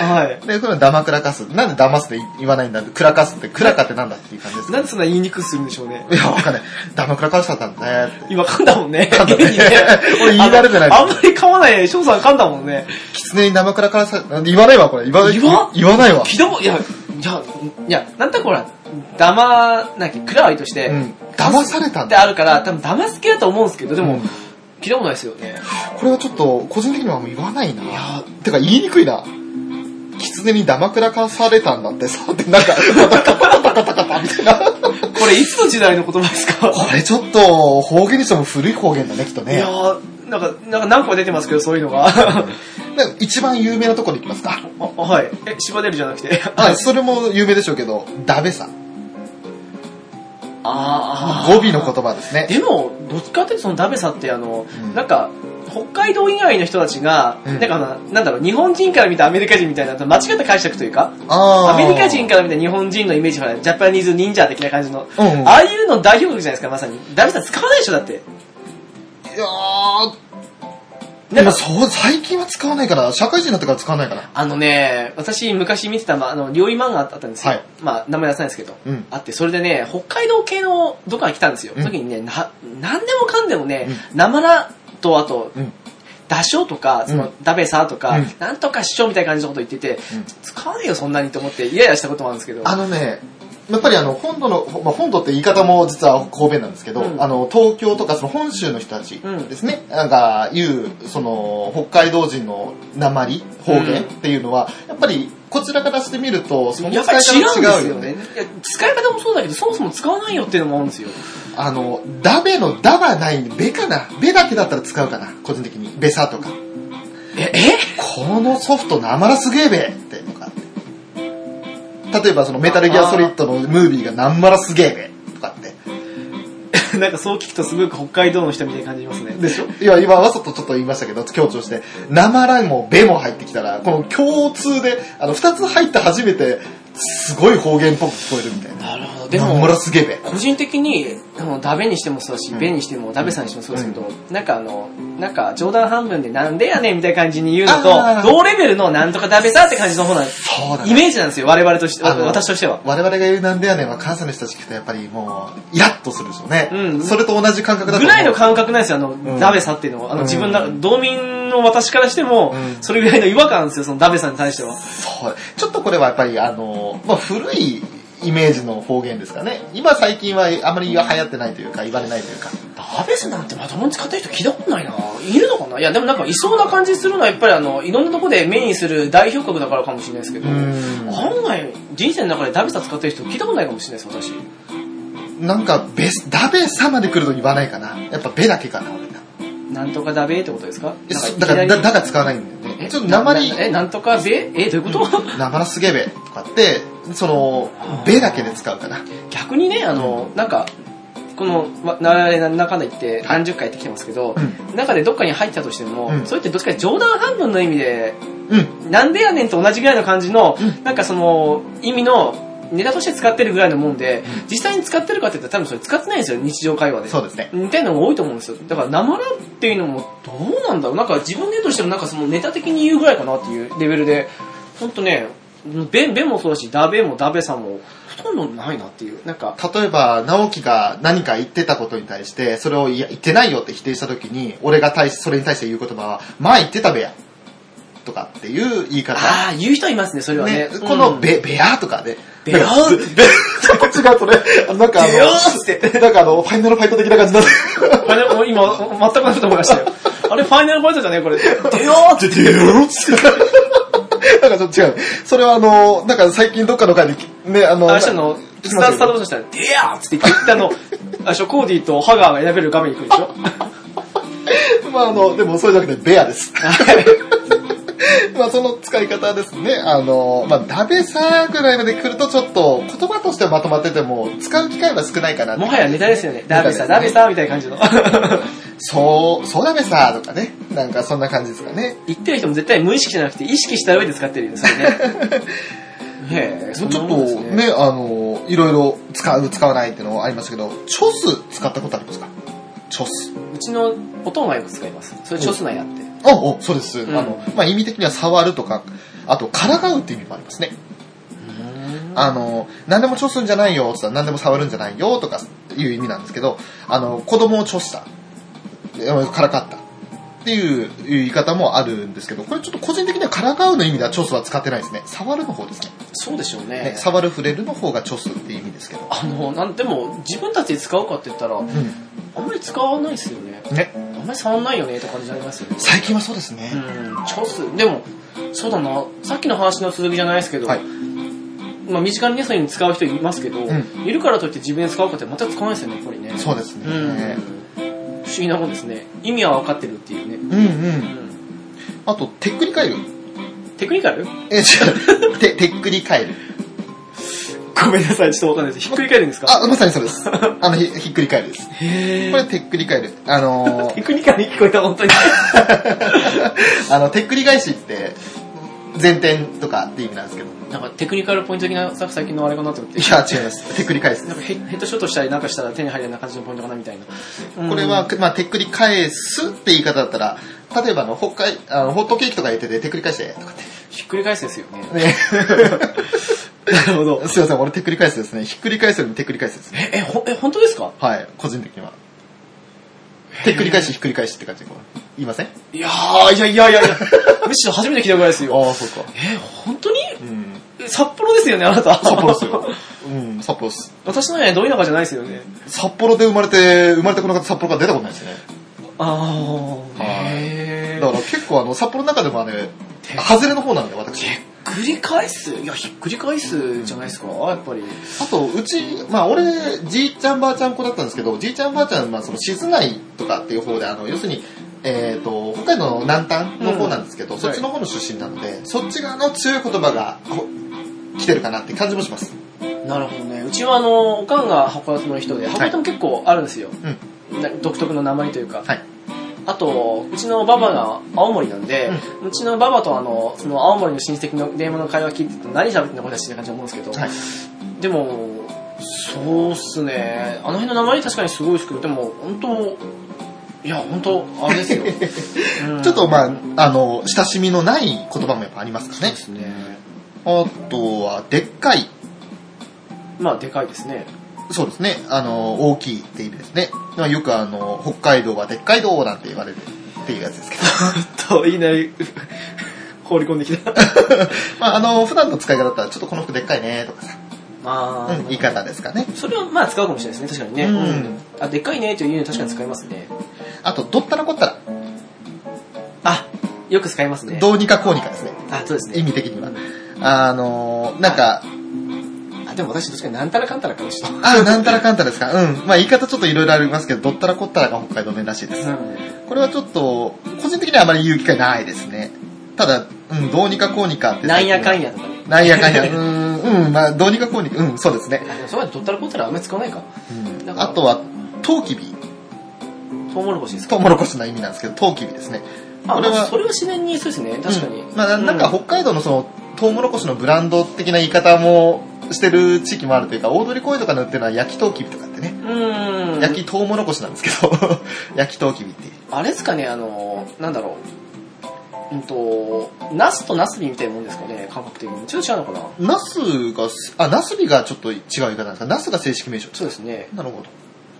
あ、はい。で、これはダマクラカス。なんでダマスって言わないんだクラカスって、クラカってなんだっていう感じですなんでそんな言いにくくするんでしょうね。いや、わかんない。ダマクラカスだったんだねって。今噛んだもんね。噛んだね 俺言い慣れてないあのあんまり噛まない翔さん噛んだもんね。狐にダマクラカス、言わないわ、これ。言わない。言わ言わないわ。聞いたもいや、いや、いや、なんだこれ、ダマ、なんだっけ、クラワリとして、うん。騙されたっんてだ。あるから、多分ダマ好きだと思うんですけど、でも、うん聞いたことないですよね。これはちょっと、個人的にはもう言わないな。いやてか、言いにくいな。狐にダマクラカされたんだってさ、ってなんか、またカタカタカタカタみたいな。これ、いつの時代の言葉ですかこれちょっと、方言にしても古い方言だね、きっといねや。ー、なんか、なんか何個か出てますけど、そういうの が。あなんか一番有名なところに行きますか。はい。え、芝出るじゃなくて。あ、それも有名でしょうけど、ダベさ。あ語尾の言葉ですね。でも、どっちかっていうとそのダベさってあの、うんなんか、北海道以外の人たちが、うんなんかな、なんだろう、日本人から見たアメリカ人みたいな、間違った解釈というか、あーアメリカ人から見た日本人のイメージ、ほら、ジャパニーズ忍者的な感じの、うんうんああいうの代表格じゃないですか、まさに。ダメさん使わないでしょ、だって。いやー、なでんもか、そう、最近は使わないから、社会人になってから使わないから。あのね、私昔見てた、まあ、あの、料理漫画あったんですよ。はいまあ、名前出さないですけど。うんあって、それでね、北海道系のどっかに来たんですよ。うん時にね、な、なんでもかんでもね、なまらと、あと、うん出しょとか、その、うんダベさとか、うんなんとかしょみたいな感じのこと言ってて、うん使わねえよそんなにと思ってイライラしたこともあるんですけど。あのね、やっぱりあの、本土の、まあ、本土って言い方も実は神戸なんですけど、うんあの、東京とかその本州の人たちですね、なんか、いう、その、北海道人の鉛、方言っていうのは、やっぱり、こちらからしてみると、そのやっぱり使い違方うんでがすよね。。いや、使い方もそうだけど、そもそも使わないよっていうのもあるんですよ。あの、ダベのダはないんで、ベかな。ベだけだったら使うかな、個人的に。ベサとか。え、えこのソフト生らすげえべってのがあって例えばそのメタルギアソリッドのムービーが生らすげえべとかって。 なんかそう聞くとすごく北海道の人みたいに感じますね。でしょいや、今わざとちょっと言いましたけど、強調して、生らもべも入ってきたら、この共通で、あの、二つ入って初めて、すごい方言っぽく聞こえるみたいな。なるほど。ででも、生もら、すげえべ。個人的に、あのダベにしてもそうだし、うんベにしても、ダベさんにしてもそうですけど、なんかあの、なんか冗談半分でなんでやねんみたいな感じに言うのあーと、同レベルのなんとかダベさって感じの方なんです。そうだイね。メージなんですよ、我々として、あの私としては。我々が言うなんでやねんは関西の人たち聞くとやっぱりもう、イラッとするでしょうね。うんそれと同じ感覚だと思うぐらいの感覚なんですよ、あの、んダベさっていうのは。あの、自分うの、ん道民の私からしても、うんそれぐらいの違和感なんですよ、そのダベさんに対しては。そう。ちょっとこれはやっぱり、あの、まあ、古いイメージの方言ですかね。今最近はあまり流行ってないというか、言われないというか。ダベスなんてまともに使ってる人聞いたことないな。いるのかないや、でもなんかいそうな感じするのは、やっぱりあの、いろんなとこで目にする代表格だからかもしれないですけど、うん案外、人生の中でダベサ使ってる人聞いたことないかもしれないです、私。なんか、べ、ダベさまで来ると言わないかな。やっぱ、べだけかな、俺な。なんとかダベってことですかそうだから、だだから使わないんだよね。ちょっと鉛、え、 なんとかベえ、どういうこと、生らすげべとかって、その、べだけで使うかな。逆にね、あの、なんか、この、わななんかんだ言って何十回やってきてますけど、中でどっかに入ったとしても、うんそれってどっちかって冗談半分の意味でうん。なんでやねんと同じぐらいの感じの、うなんかその、意味の、ネタとして使ってるぐらいのもんで、実際に使ってるかって言ったら多分それ使ってないんですよ、日常会話で。そうですね。みたいなのが多いと思うんですよ。だから、生らっていうのもどうなんだろう。なんか自分で言うとしてもなんかそのネタ的に言うぐらいかなっていうレベルで、ほんとね、べんべんもそうだし、だべもだべさんも、ほとんどないなっていう。なんか、例えば、直樹が何か言ってたことに対して、それを、いや、言ってないよって否定したときに、俺が対し、それに対して言う言葉は、まあ言ってたべや。とかっていう言い方。ああ、言う人いますね、それはね。、ねこのべ、ベ、ベアとかで。ベアなんか ベちょっと違うとね、なんかあベアーっの、なんかあの、ファイナルファイト的な感じになる。あれもう今、全くなかったもました よ。あれ、ファイナルファイトじゃねこれ。出ようで、でよって。なんかちょっと違う。それはあの、なんか最近どっかの会で、ね、あの、あれしたの、スタースタートボタンしたら、デアーっつって言って、あの、あれしょ、コーディとハガーが選べる画面に来るでしょ。 まああの、でもそれじゃなくてベアです。まあその使い方ですね。あの、まあダベさぐらいまで来るとちょっと言葉としてはまとまってても使う機会は少ないかなってもはやネタですよね。ダメさ、ネタダでメすねさ、みたいな感じの。そう、そうダベさとかね。なんかそんな感じですかね。言ってる人も絶対無意識じゃなくて、意識した上で使ってるよね、それ ね。へえ、ちそょっんなともんですね。ね、あの、いろいろ使う、使わないっていうのはありましたけど、チョス使ったことありますかチョス。うちのおとんはよく使います。それ、チョス内だって。あ、お、そうです。うんあの、まあ、意味的には触るとか、あと、からかうっていう意味もありますね。あの、何でもチョスんじゃないよ、つったら何でも触るんじゃないよ、とかいう意味なんですけど、あの、子供をチョした。でからかった。っていう言い方もあるんですけど、これちょっと個人的にはからかうの意味ではチョスは使ってないですね。触るの方ですね。そうでしょうねね。触る触れるの方がチョスっていう意味ですけど。あの、なんでも、自分たちで使うかって言ったら、あうんまり使わないですよね。ん。ね。あんまり触んないよね、って感じになりますよね。最近はそうですね。うん、チョス、でも、そうだな、さっきの話の続きじゃないですけど、はいまあ身近にね、そういうの使う人いますけど、うんいるからといって自分で使うかって全く使わないですよね、やっぱりね。そうですね。うん不思議なもんですね。意味は分かってるっていうね。うんう。うんん、あと、テックリカエル。テクニカルえ、 違う。テ、テックリカエル。ごめんなさい、ちょっと分かんないです。ひっくり返るんですかあ、まさにそうです。あの、ひひっくり返るです。こへれ、テックリ返る。あの テー、クニカルに聞こえた、本当に。あの、テックリ返しって、前転とかって意味なんですけど。いなんかテクニカルポイント的な、さっき最近のあれかなと思って。や、違います。テックリ返すな。んかヘヘッドショットしたりなんかしたら手に入るような感じのポイントかなみたいな。うんこれは、、まあ、テックリ返すって言い方だったら、例えばあの、北海、あの、ホットケーキとか言ってて、テックリ返して、とか って。ひっくり返すですよね。ね、なるほ ど。すいません、俺テックリ返すですね。ひっくり返すよりもテックリ返すですね。え、え、ほ、え、本当ですかはい、個人的には。テックリ返し、ひっくり返しって感じでこう言いませんいやー、いやいやいやいや、むしろ初めて聞いたぐらいですよ。ああ、そうか。えー、本当にうん。札幌ですよね、あなた。札幌っすよ。うん、札幌っす。 私の家どういうのかじゃないですよね。札幌で生まれて、生まれてこの方札幌から出たことないですね。あー、はいへだーから。結構あの、札幌の中でもあれ、外れの方なんで、私。ひっくり返すいや、ひっくり返すじゃないですか、やっぱり。あと、うち、まあ俺、じいちゃんばあちゃん子だったんですけど、じいちゃんばあちゃんは、まあその静内とかっていう方で、あの、要するに、えっ、と、北海道の南端の方なんですけど、うんそっちの方の出身なので、そっち側の強い言葉が、こ来てるかなって感じもします。なるほどね。うちはあの、おかんが函館の人で、はい函館も結構あるんですよ。な独特の名りというか。はいあと、うちのババが青森なんで、うちのババとあの、その青森の親戚の電話の会話聞いてて何喋ってんのこれたちって感じだと思うんですけど、はい。でも、そうっすね。あの辺の名前確かにすごいですけど、でも、本当いや、本当あれですよ。うん ちょっと、まああの、親しみのない言葉もやっぱありますかそうねで。すね。あとは、でっかい。まあ、でかいですね。そうですね。あの、大きいって意味ですね。まあよくあの、北海道はでっかい道なんて言われるっていうやつですけど。 と、いいなり、放り込んできた。まああの、普段の使い方だったら、ちょっとこの服でっかいねとかさ、まあ、うん言い方ですかね。それはまあ使うかもしれないですね、確かにね。うんあ、でっかいねというの確かに使いますね。あと、どったらこったあ、よく使いますら、ね。どうにかこうにかですね。あ、そうですね。意味的には。あの、なんか、あ、でも私確かになんたらかんたらかもしれない。あ、なんたらかんたらですか。うん。まあ言い方ちょっといろいろありますけど、どったらこったらが北海道弁らしいです。これはちょっと、個人的にはあまり言う機会ないですね。ただ、うん、どうにかこうにかって。 なんやかん。やとかね。なんやかんや。うん、うん、まあ、どうにかこうにか、うん、そうですね。あ、でもそこまで取ったらこったらあんまり使わないか。うんなんかあとは、トウキビ。トウモロコシですトか。ウモロコシの意味なんですけど、トウキビですね。あ、これはまあそれは自然に、そうですね、確かにう。んまあ、なんかう北海道のその、トウモロコシのブランド的な言い方もしてる地域もあるというか、大通り公園とかに売ってるのは焼きトウキビとかってね。うん。焼きトウモロコシなんですけど、 焼きトウキビっていう。あれですかね、あの、なんだろう。うんと、ナスとナスビみたいなもんですかね、感覚的に。ちょっと違うのかなナスが、あ、ナスビがちょっと違う言い方なんですかナスが正式名称。そうですね。なるほど。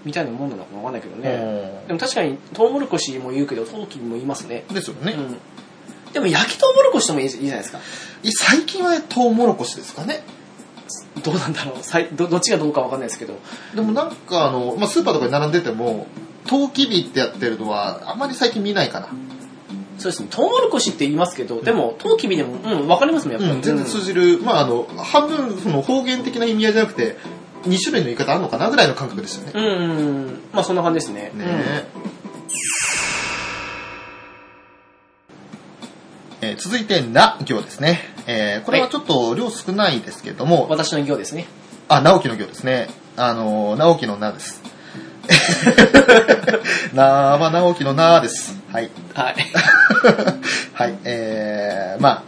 みたいなもんなのかわかんないけどね。ねでも確かにトウモロコシも言うけどトウキビも言いますね。ですようね、ん。でも焼きトウモロコシともいいじゃないですか。最近はトウモロコシですかねどうなんだろう。さいどどっちがどうかわかんないですけど。でもなんかあの、まあ、スーパーとかに並んでてもトウキビってやってるのはあんまり最近見ないかな、そうですね。トウモロコシって言いますけど、でもトウキビでも、うん、わかりますもん、やっうぱり。ん、全然通じる、まああの半分その方言的な意味合いじゃなくて2種類の言い方あるのかなぐらいの感覚ですよね、うんうんうん。まあそんな感じですね。ねええー続いて、な行ですね。えーこれはちょっと量少ないですけれどもうん、私の行ですね。あ、直樹の行ですね。あのー、直樹のなです。 なーは直樹のなです。はい。 はい。はい。えー、まあ、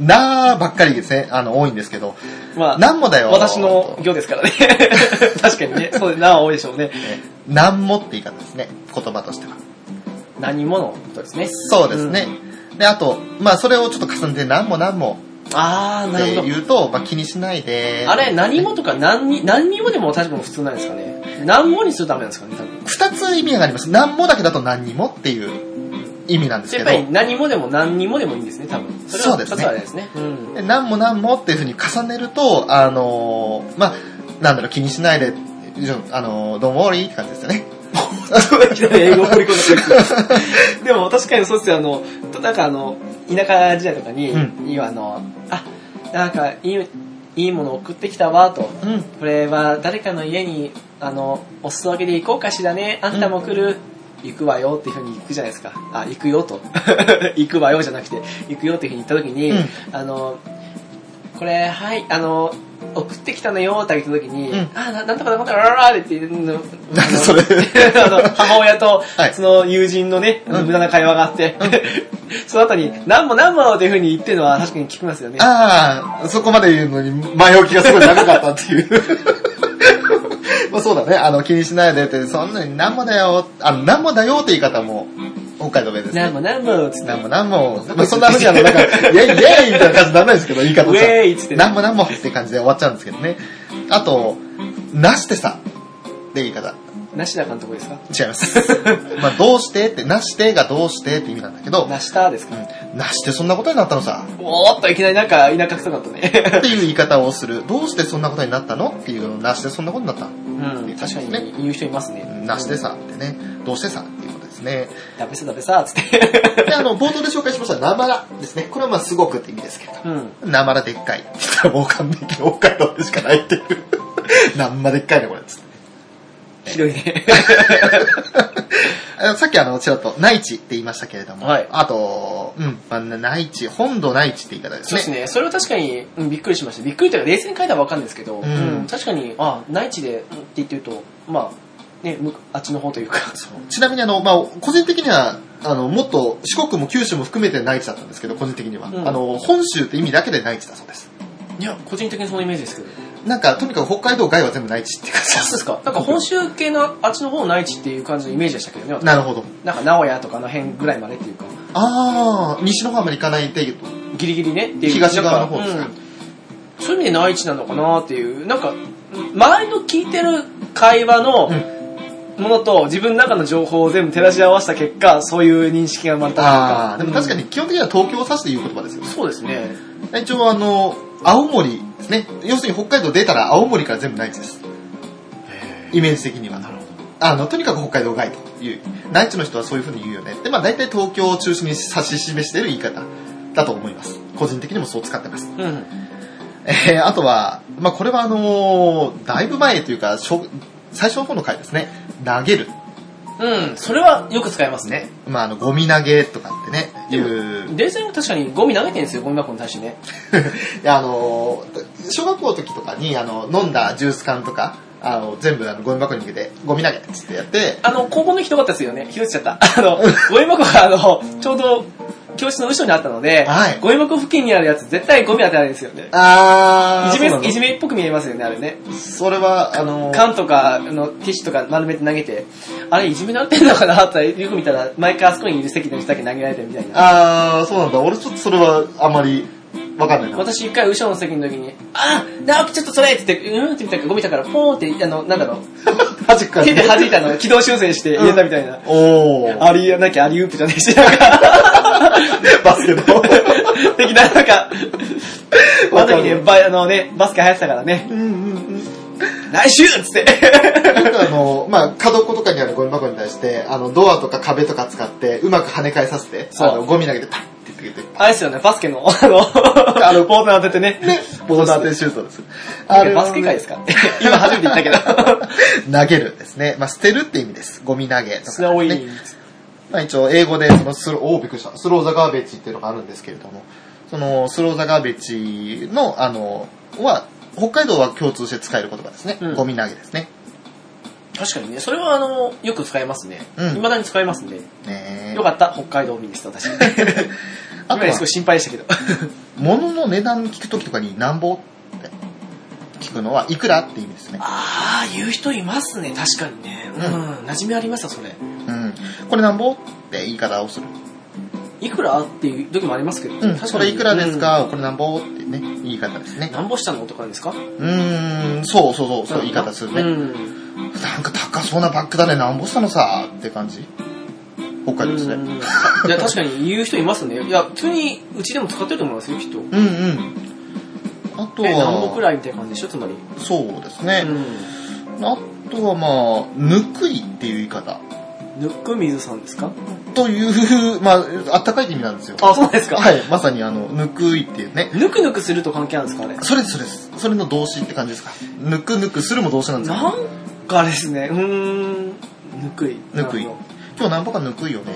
なーばっかりですね。あの、多いんですけど。まあ、なんもだよ。私の行ですからね。 確かにね。そうです。なあ多いでしょうね。えなんもって言い方ですね。言葉としては。何者のことですね。そうですね。で、あと、まあ、それをちょっと重ねて、なんもなんもあー、っなてるほど。言うと、まあ、気にしないで。あれ、何もとか何に、何にもでも確かに普通なんですかね。何もにするためなんですかね、多分。二つ意味があります。なんもだけだと何にもっていう意味なんですけやっぱど。り何もでも何にもでもいいんですね、多分。れはそうですね二つあれですね。うん。で何も何もっていうふうに重ねると、あのーまあ、なんだろう、気にしないで、じゃあのー、どうもいいって感じですよね。いきなり英語を振り込んでくるでも確かにそうですよ、あの、となんかあの、田舎時代とかに、う今あの、あ、なんかいい、いいもの送ってきたわ、と。うん。これは誰かの家に、あの、お裾分けで行こうかしらね。あんたも来る。行くわよっていうふうに行くじゃないですか。あ、行くよと。 行くわよじゃなくて、行くよっていうふうに言った時に、うんあの、これ、はい、あの、送ってきたのよってあげた時に、うんあ、ななんとかなんとかラララって言ってんの、だってそれ。 あの、母親とはい、その友人のね、うん無駄な会話があって、その後に、なんもなんもっていうふうに言ってるのは確かに聞きますよね。ああ、そこまで言うのに前置きがすごい長かったって いう。まあそうだね、あの、気にしないでって、そんなに何もだよ、あの、何もだよって言い方も、北海道弁ですなんね。もなんもっつって、何も何も、まあそんな話あの、なんか、イェイイェイみたいな感じにならないですけど、言い方ウェじゃ。ーイっつってね、何も何もって感じで終わっちゃうんですけどね。あと、なしてさ、って言い方。なしだかんとこですか違います。 まあ、どうしてって、なしてがどうしてって意味なんだけど、なしたですか、なしてそんなことになったのさ、おーっといきなりなんか田舎臭かったね。っていう言い方をする。どうしてそんなことになったのっていうのをなしてそんなことになったうん、確かに言う人いますね。なしてさってね、どうしてさっていうことですね。だべさだべさ、つって。で、あの、冒頭で紹介しました、なまらですね。これはまあ、すごくって意味ですけど。うん。なまらでっかい。 って言ったらもう完璧に北海道でしかないっていう。 なんまでっかいね、これ。つってひどいね。あさっきあの、ちらっと、内地って言いましたけれども、はいあと、うん、まあ、内地、本土内地って言い方ですそね。うですね。それは確かに、うんびっくりしました。びっくりというか、冷静に書いたらわかるんですけど、うんうん確かに、あ、内地で、うんって言ってると、まあ、ね、むあっちの方というか。そうちなみにあの、まあ、個人的には、あの、もっと四国も九州も含めて内地だったんですけど、個人的には。うんあの、本州って意味だけで内地だそうです。いや、個人的にそのイメージですけど。なんか、とにかく北海道外は全部内地って感じで。あそうですすか。なんか本州系のあっちの方内地っていう感じのイメージでしたけどね。私なるほど。なんか名古屋とかあの辺ぐらいまでっていうか、あー、西の方まで行かないで、ギリギリねっていう。東側の方ですかなんうんそういう意味で内地なのかなっていう、なんか、周りの聞いてる会話の、ものと自分の中の情報を全部照らし合わせた結果、そういう認識が生まれたというあー、でも確かに。に基本的には東京を指して言う言葉ですよね。そうですね。一応あの、青森ですね。要するに北海道出たら青森から全部内地です。イメージ的には。なるほあの、とにかく北海道外という。内地の人はそういう風に言うよね。で、まあ大体東京を中心に指し示している言い方だと思います。個人的にもそう使ってます。ど。うん。えー、あとは、まあこれはあのーだいぶ前というか、初最初の方の回ですね。投げる。うん、それはよく使いますね。まああの、ゴミ投げとかってね、いでうも。冷静に確かにゴミ投げてるんですよ、ゴミ箱に対してね。い やあの小学校の時とかにあの飲んだジュース缶とかあの全部あのゴミ箱に向けてゴミ投げっつってやってあの、高校の時ひどかったですよね。ひどっちゃった。 あの、ゴミ箱があの、ちょうど教室の後ろにあったので、はいゴミ箱付近にあるやつ絶対ゴミ当てないですよね。あいじめ、いいじじめっぽく見えますよね、あれね。めそれはあの缶とか、あの、ティッシュとか丸めて投げて、あれ、いじめなってんのかなって、よく見たら、毎回あそこにいる席の人だけ投げられてるみたいな。あーそうなんだ俺ちょっとそれはあんまりわかんないな私一回後ろの席の時に、あ直樹ちょっとそれって言って、うんって見たらゴミだから、ポーンって、あの、なんだろ端っこう、手で弾いたたのを軌道修正して入れたみたいな。おーありえなきゃアリウープじゃねえし、なんか、バスケの的な、なんか、あの時ね、わバあのね、バスケ流行ってたからね、うんうんうん来週っつって。なんかあの、まあ、角っことかにあるゴミ箱に対して、あの、ドアとか壁とか使って、うまく跳ね返させて、そうあのゴミ投げてパッてつけて、あれですよね、バスケの、あの、あの、ボール当て てね。ね、ボーダーでシュートです。バスケ界ですか 今初めて言ったけど。投げるですね。まあ、捨てるって意味です。ゴミ投げとか、ね。スローイン。まあ、一応、英語で、そのスロー、おーびっくりした。スローザガーベッジっていうのがあるんですけれども、その、スローザガーベッジの、あの、は、北海道は共通して使える言葉ですね。うんゴミ投げですね。確かにね、それはあの、よく使いますね。うん未だに使いますね。ねよかった、北海道民です、私。あと 今ねすごは、い心配でしたけど。物の値段聞くときとかに、なんぼって聞くのは、いくらって意味ですね。ああ、言う人いますね、確かにね。うん、馴染みありました、それ。うん。これなんぼって言い方をする。いくらっていう時もありますけど、うん。これいくらですうんか、これなんぼってね、言い方ですね。なんぼしたのとかですかそうーん、そうそうそう、そういう言い方するね。うん。なんか高そうなバッグだね、なんぼしたのさ、って感じ。北海道ですうんね。いや、確かに言う人いますね。いや、普通にうちでも使ってると思いますよ、きっと。うんうん。あとえ、何ぼくは、らいみたいな感じでしょ、つまり。そうですうね。ん。あとはまあ、ぬくいっていう言い方。ぬっくみずさんですかという、 まあ、あったかいって意味なんですよ。あ、そうですか。はい、まさにあの、ぬくいっていうね。ぬくぬくすると関係あるんですかあれ。それです、それです。それの動詞って感じですか。ぬくぬくするも動詞なんですよ。なんかあれですね、うーん、ぬくい。ぬくいなるほど今日なんぼかぬくいよね。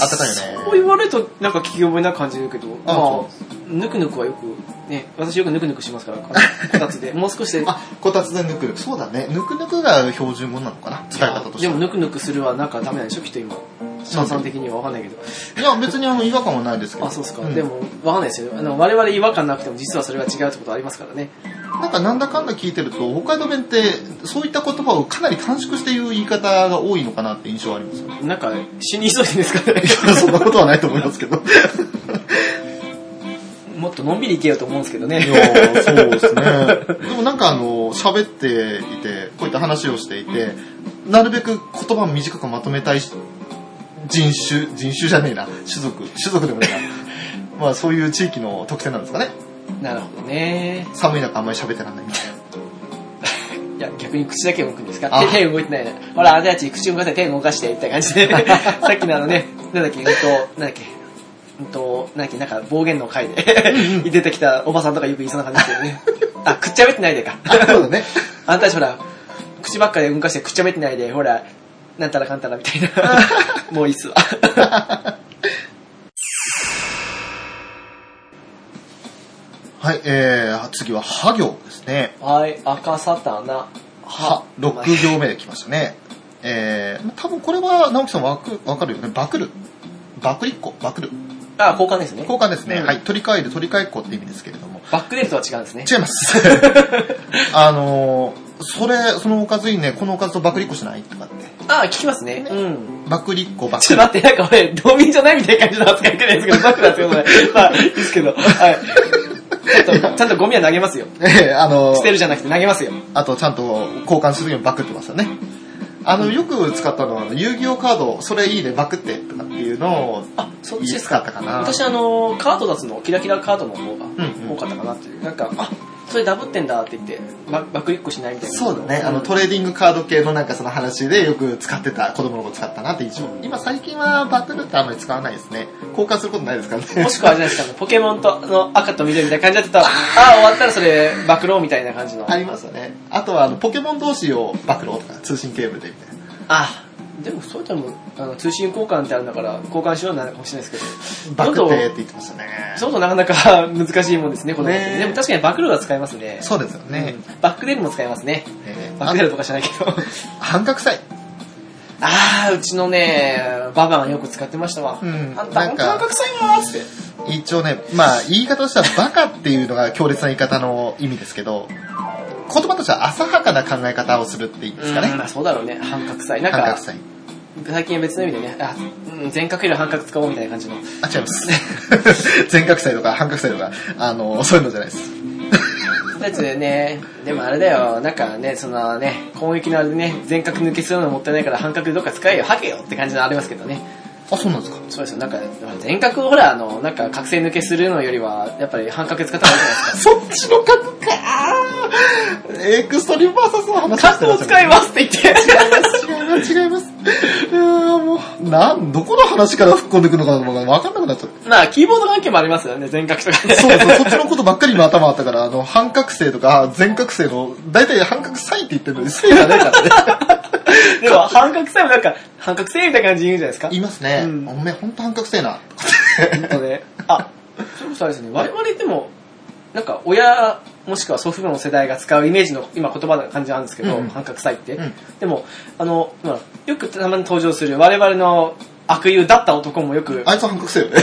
あったかいよね。そう言われるとなんか聞き覚えな感じるけど、あまあそ、ぬくぬくはよく、ね、私よくぬくぬくしますから、こ たつで。もう少しで。あ、こたつでぬくぬく。そうだね。ぬくぬくが標準語なのかな使い方としてではもぬくぬくするはなんかダメなんでしょきっと今。シャンさん的にはわかんないけど。いや、別にあの違和感はないですけど。あ、そうですか。んでも、わかんないですよ。あの、我々違和感なくても実はそれが違うってことありますからね。なんかなんだかんだ聞いてると、北海道弁って、そういった言葉をかなり短縮して言う言い方が多いのかなって印象はありますよね。なんか、死に急いでんですか ね。そんなことはないと思いますけど。もっとのんびりいけようと思うんですけどねい。やそうですね。でもなんかあの、喋っていて、こういった話をしていて、なるべく言葉を短くまとめたいし人種、人種じゃねえな、種族、種族でもねえな。 まあそういう地域の特性なんですかね。なるほどね。寒い中あんまり喋ってらんないみたいな。いや、逆に口だけ動くんですかあ手手動いてないな。ほら、あなたたち口動かせて手動かして、みたいな感じで。 さっきのあのね、なんだっけ、うんと、なんだっけ、うんと、なんだっけ、なんか暴言の回で出てきたおばさんとかよく言いそうな感じですけどね。 あ、くっちゃべってないでか。 あそうだね。あんたたちほら、口ばっかり動かしてくっちゃべってないで、ほら、なんたらかんたらみたいな。もういいっすわ。はい、えー、次は、は行ですね。はい、赤サタナ。は、6行目で来ましたね。えー、多分これは直樹さんわくわかるよね。バクる。バクリッコ、バクる。あ、交換ですね。交換ですね。うんはい、取り替える、取り替えっこって意味ですけれども。バックデートは違うんですね。違い ます。あのー、それ、そのおかずにね、このおかずとバクリッコしないとかって。あ、聞きますね。うん。バクリッコ、バクちょっと待って、なんか俺、道民じゃないみたいな感じの扱いくらいですけど、バックなんですけど、これ。まあ、いいですけど、はい。ちょっと、ちゃんとゴミは投げますよ。 ええあの捨てるじゃなくて投げますよ。あとちゃんと交換するようにバクってますよね。あの、よく使ったのは、あの遊戯王カード、それいいね、バクってとかっていうのを、あ、そっいちいです使っか。たかな。私、あの、カード出すの、キラキラカードの方がんうん多かったかなっていう。なんか、あ、それダブってんだって言って、ババックリックしないみたいな。そうだね、あの、トレーディングカード系のなんかその話でよく使ってた、子供の子使ったなって印象。今最近はバクルってあんまり使わないですね。交換することないですからねも。しくはあれじゃないですか、あのポケモンとあの赤と緑みたいな感じだったら、あ、終わったらそれ、暴露みたいな感じの。ありますよね。あとは、あの、ポケモン同士を暴露とか、通信ケーブルでみたいな。あ、でもそういったのも、あの、通信交換ってあるんだから、交換しようになるかもしれないですけど。バクどんってどんって言ってましたね。そうとなかなか 難しいもんですね、このねでも確かにバックロードは使えますね。そうですよね。うんバックデルも使えますね。えーバックデルとかじゃないけど。あ半角祭。あー、うちのね、ババがよく使ってましたわ。うんあんた、な本んか当感覚臭いもんっつって。一応ね、まあ、言い方としてはバカっていうのが強烈な言い方の意味ですけど、言葉としては浅はかな考え方をするっていうんですかうんまね。あそうだろうね、半角臭い。なん半角か、祭。最近は別の意味でね、あ、うん全角より半角使おうみたいな感じの。あ、違います。 全角祭とか半角祭とか、あの、そういうのじゃないです。だってね、でもあれだよ、なんかね、そのね、攻撃のあれでね、全角抜けするのもったいないから半角でどっか使えよ、はけよって感じのありますけどね。あ、そうなんですか。そうですよ、なんか、全角をほら、あの、なんか、覚醒抜けするのよりは、やっぱり半角使った方がいいじゃないでそっすか。ちの角かエクストリームバーサスの 話角を使いますって言 違いって。ます、違います。いやーもう、なん、どこの話から吹っ込んでくるのかわかんなくなっちゃっまあ、キーボード関係もありますよね、全角とかねた。。そうそう、そっちのことばっかり今頭あったから、あの、半角性とか全角性の、大体半角サインって言ってるのに、性じゃないからね。でも、半角さもなんか、半角性みたいな感じで言うんじゃないですか。 言いますね。うんおめえほんと半角性な。本当ね。あ、それこそあれですね、我々でも、なんか、親、もしくは祖父母の世代が使うイメージの、今言葉の感じなんですけど、うん半角臭いって。うんでも、あの、まあ、よくたまに登場する我々の悪友だった男もよくあいつは半角性よね。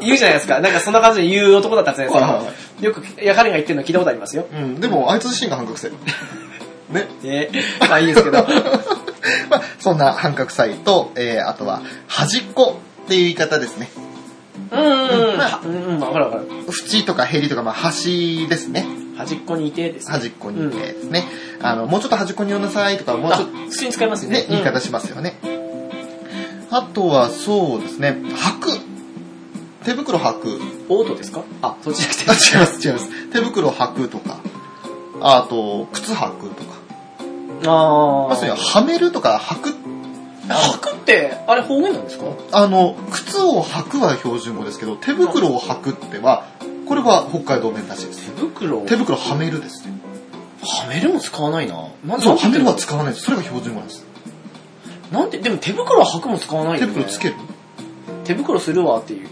言うじゃないですか。なんかそんな感じで言う男だったじゃないはいはいはですか。よく、いや、彼が言ってるの聞いたことありますよ。うん、でもあいつ自身が半角性。ね。で、 まあいいですけど。まあ、そんな半角サイと、えー、あとは、端っこっていう言い方ですね。うんうんうん。まあうんうん、わかるわかる。縁とかへりとか、まあ、端ですね。端っこにいてですね。端っこにいてですね。あの、もうちょっと端っこに寄んなさいとか、もうあ、ちょっ普通に使いますとよねね。、言い方うんしますよね。あとは、そうですね、履く。手袋履く。オートですかあ、そっちじゃあ、なく違いて。ます、違います。手袋履くとか、あと、靴履くとか。あまさに、はめるとか履く。履くって、あれ方言なんですかあの、靴を履くは標準語ですけど、手袋を履くっては、これは北海道弁らしいです。手袋を手袋はめるですね。はめるも使わないな。まずそう、は履めくるは使わないです。それが標準語なんです。なんで、でも手袋は履くも使わない手よね。袋つける手袋するわっていう。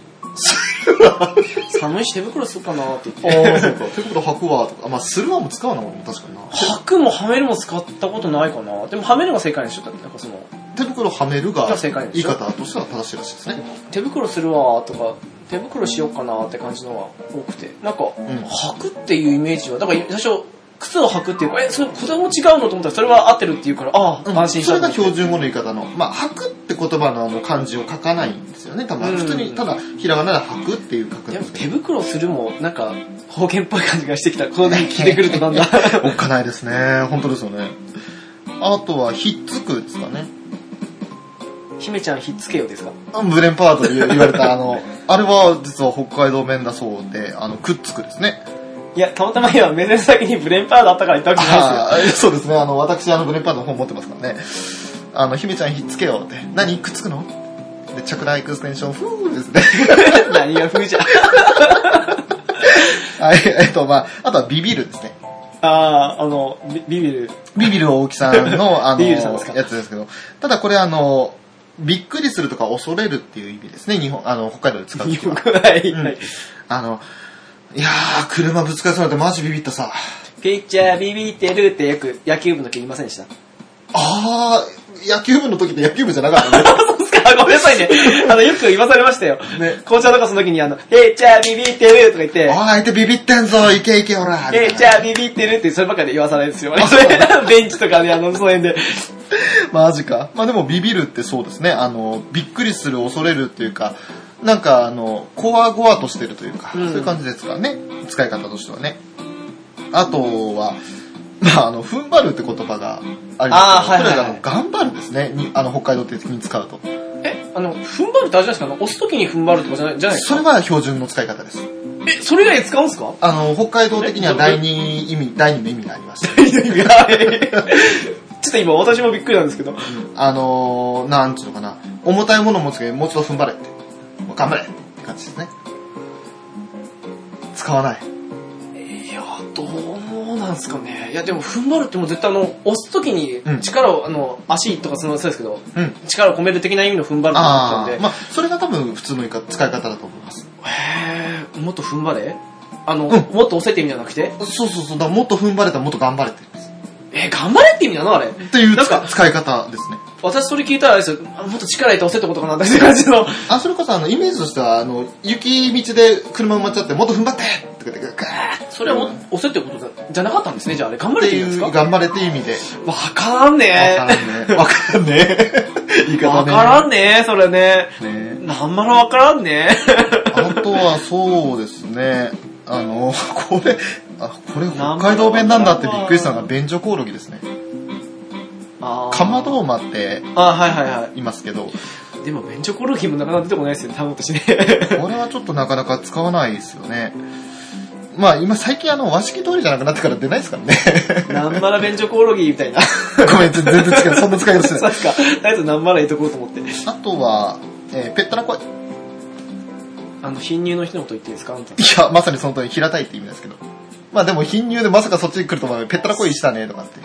寒いし手袋するかなって言って。ああ、そうか。 手袋履くわとか、まあ、するわも使うな、俺も確かにな。履くもはめるも使ったことないかな。でもはめるが正解でしょだってなんかその、手袋はめるがじゃあ正解で言いしょ方としては正しいらしいですね。手袋するわとか、手袋しようかなって感じのが多くて。なんか、ん履くっていうイメージは、だから最初、靴を履くっていうか、え、それ子供違うのと思ったらそれは合ってるっていうから、ああ、安心したそれと思がって。標準語の言い方の、まあ、履くって言葉のあの漢字を書かないんですよね。多分、うん普通に、ただ、ひらがなで履くっていう書くんででもすけ手袋するも、なんか、方 言っぽい感じがしてきた。この辺聞いてくるとなんだ。ど。おっかないですね。本当ですよね。あとは、ひっつくですかね。姫ちゃんひっつけよですかブレンパートで言われた、あの、あれは実は北海道弁だそうで、あの、くっつくですね。いや、たまたま今、目線先にブレンパーだったから言ったわけじゃないですあー そよ。うですね、あの、私、あの、ブレンパートの本持ってますからね。あの、姫ちゃんひっつけよって。何くっつくので、着弾エクステンション、ふーですね。 何が風じゃん。はい、えっと、まあ、あとはビビるですね。あー、あの、ビビビる。ビビる大木さん の、あの、ビビやるさんですかつですけど、ただこれあの、びっくりするとか恐れるっていう意味ですね、日本、あの、北海道で使う 時よは。くない。うんあの、いやー、車ぶつかりそうになってマジビビったさ。ピッチャービビってるってよく野球部の時言いませんでした。あー、野球部の時って野球部じゃなかったね。 そうですか ごめんなさいね。 あの、よく言わされましたよ。ね紅茶とかその時にあの、ピッチャービビってるとか言って、おい、相手ビビってんぞ、いけいけ、ほら。みたいえなー、じゃあビビってるってそればっかり言わさないですよ。ベンチとかね、あの、その辺で。 マジか。まあでもビビるってそうですね。あの、びっくりする、恐れるっていうか、なんかあの、こわごわとしてるというか、うんそういう感じですからね。使い方としてはね。あとは、まああの、踏ん張るって言葉がありあまーすけど、はいはいはいこれがあの頑張るですね。にあの、北海道的に使うと。え、あの、踏ん張るってあれじゃないですかあの押す時に踏ん張るとかじゃないじゃないですそれかは標準の使い方です。え、それ以外使うんすかあの、北海道的にはえ第二意味、第二の意味がありまして。ちょっと今私もびっくりなんですけど。あのー、なんちゅうのかな。重たいものを持つけど、もう一度踏ん張れって。もう頑張れって感じですね。使わない。いや、どうなんすかね。いや、でも踏ん張るってもう絶対あの、押す時にうん力を、あの、足とかそのそうですけど、うん。力を込める的な意味の踏ん張ると思あったんあ、で、まあ、それが多分普通の言い方使い方だと思います。へえ、もっと踏ん張れあの、んもっと押せって意味じゃなくてそうそうそう、だからもっと踏ん張れたらもっと頑張れてるんです。え、頑張れって意味なのあれ。っていうなんかつ使い方ですね。私それ聞いたらあれですよ、あもっと力入れて押せってことかなって感じの。あ、それこそあの、イメージとしては、あの、雪道で車埋まっちゃって、もっと踏ん張ってって言って、ガーッ それはもっ押せってことじゃじゃなかったんですね、じゃああれ。頑張れってて意い味う、なんですか頑張れっていう意味で。わからんねわからんね。わからんね。 言い方ね。わからんねそれね。ね。なんまらわからんねあとはそうですね、あの、これ、あ、これ北海道弁なんだってびっくりしたのが便所コオロギですね。あーカマドーマってあ、はいはいは言いますけど、こい。でも、ベンチョコロギもなかなか出てこないですよね、単語と してね。れはちょっとなかなか使わないですよね。まあ今最近あの和式通りじゃなくなってから出ないですからね。 なんまらベンチョコロギみたいな。 ごめん、全然違う。そんな使い方しさてっない。か、とりあえずなんまら言っとこうと思って。あとは、えーペットラコイ。いあの、貧乳の人のこと言っていいですかあんた。や、まさにその通り平たいって意味ですけど。まあでも貧乳でまさかそっちに来ると思うペットラコイしたねとかって。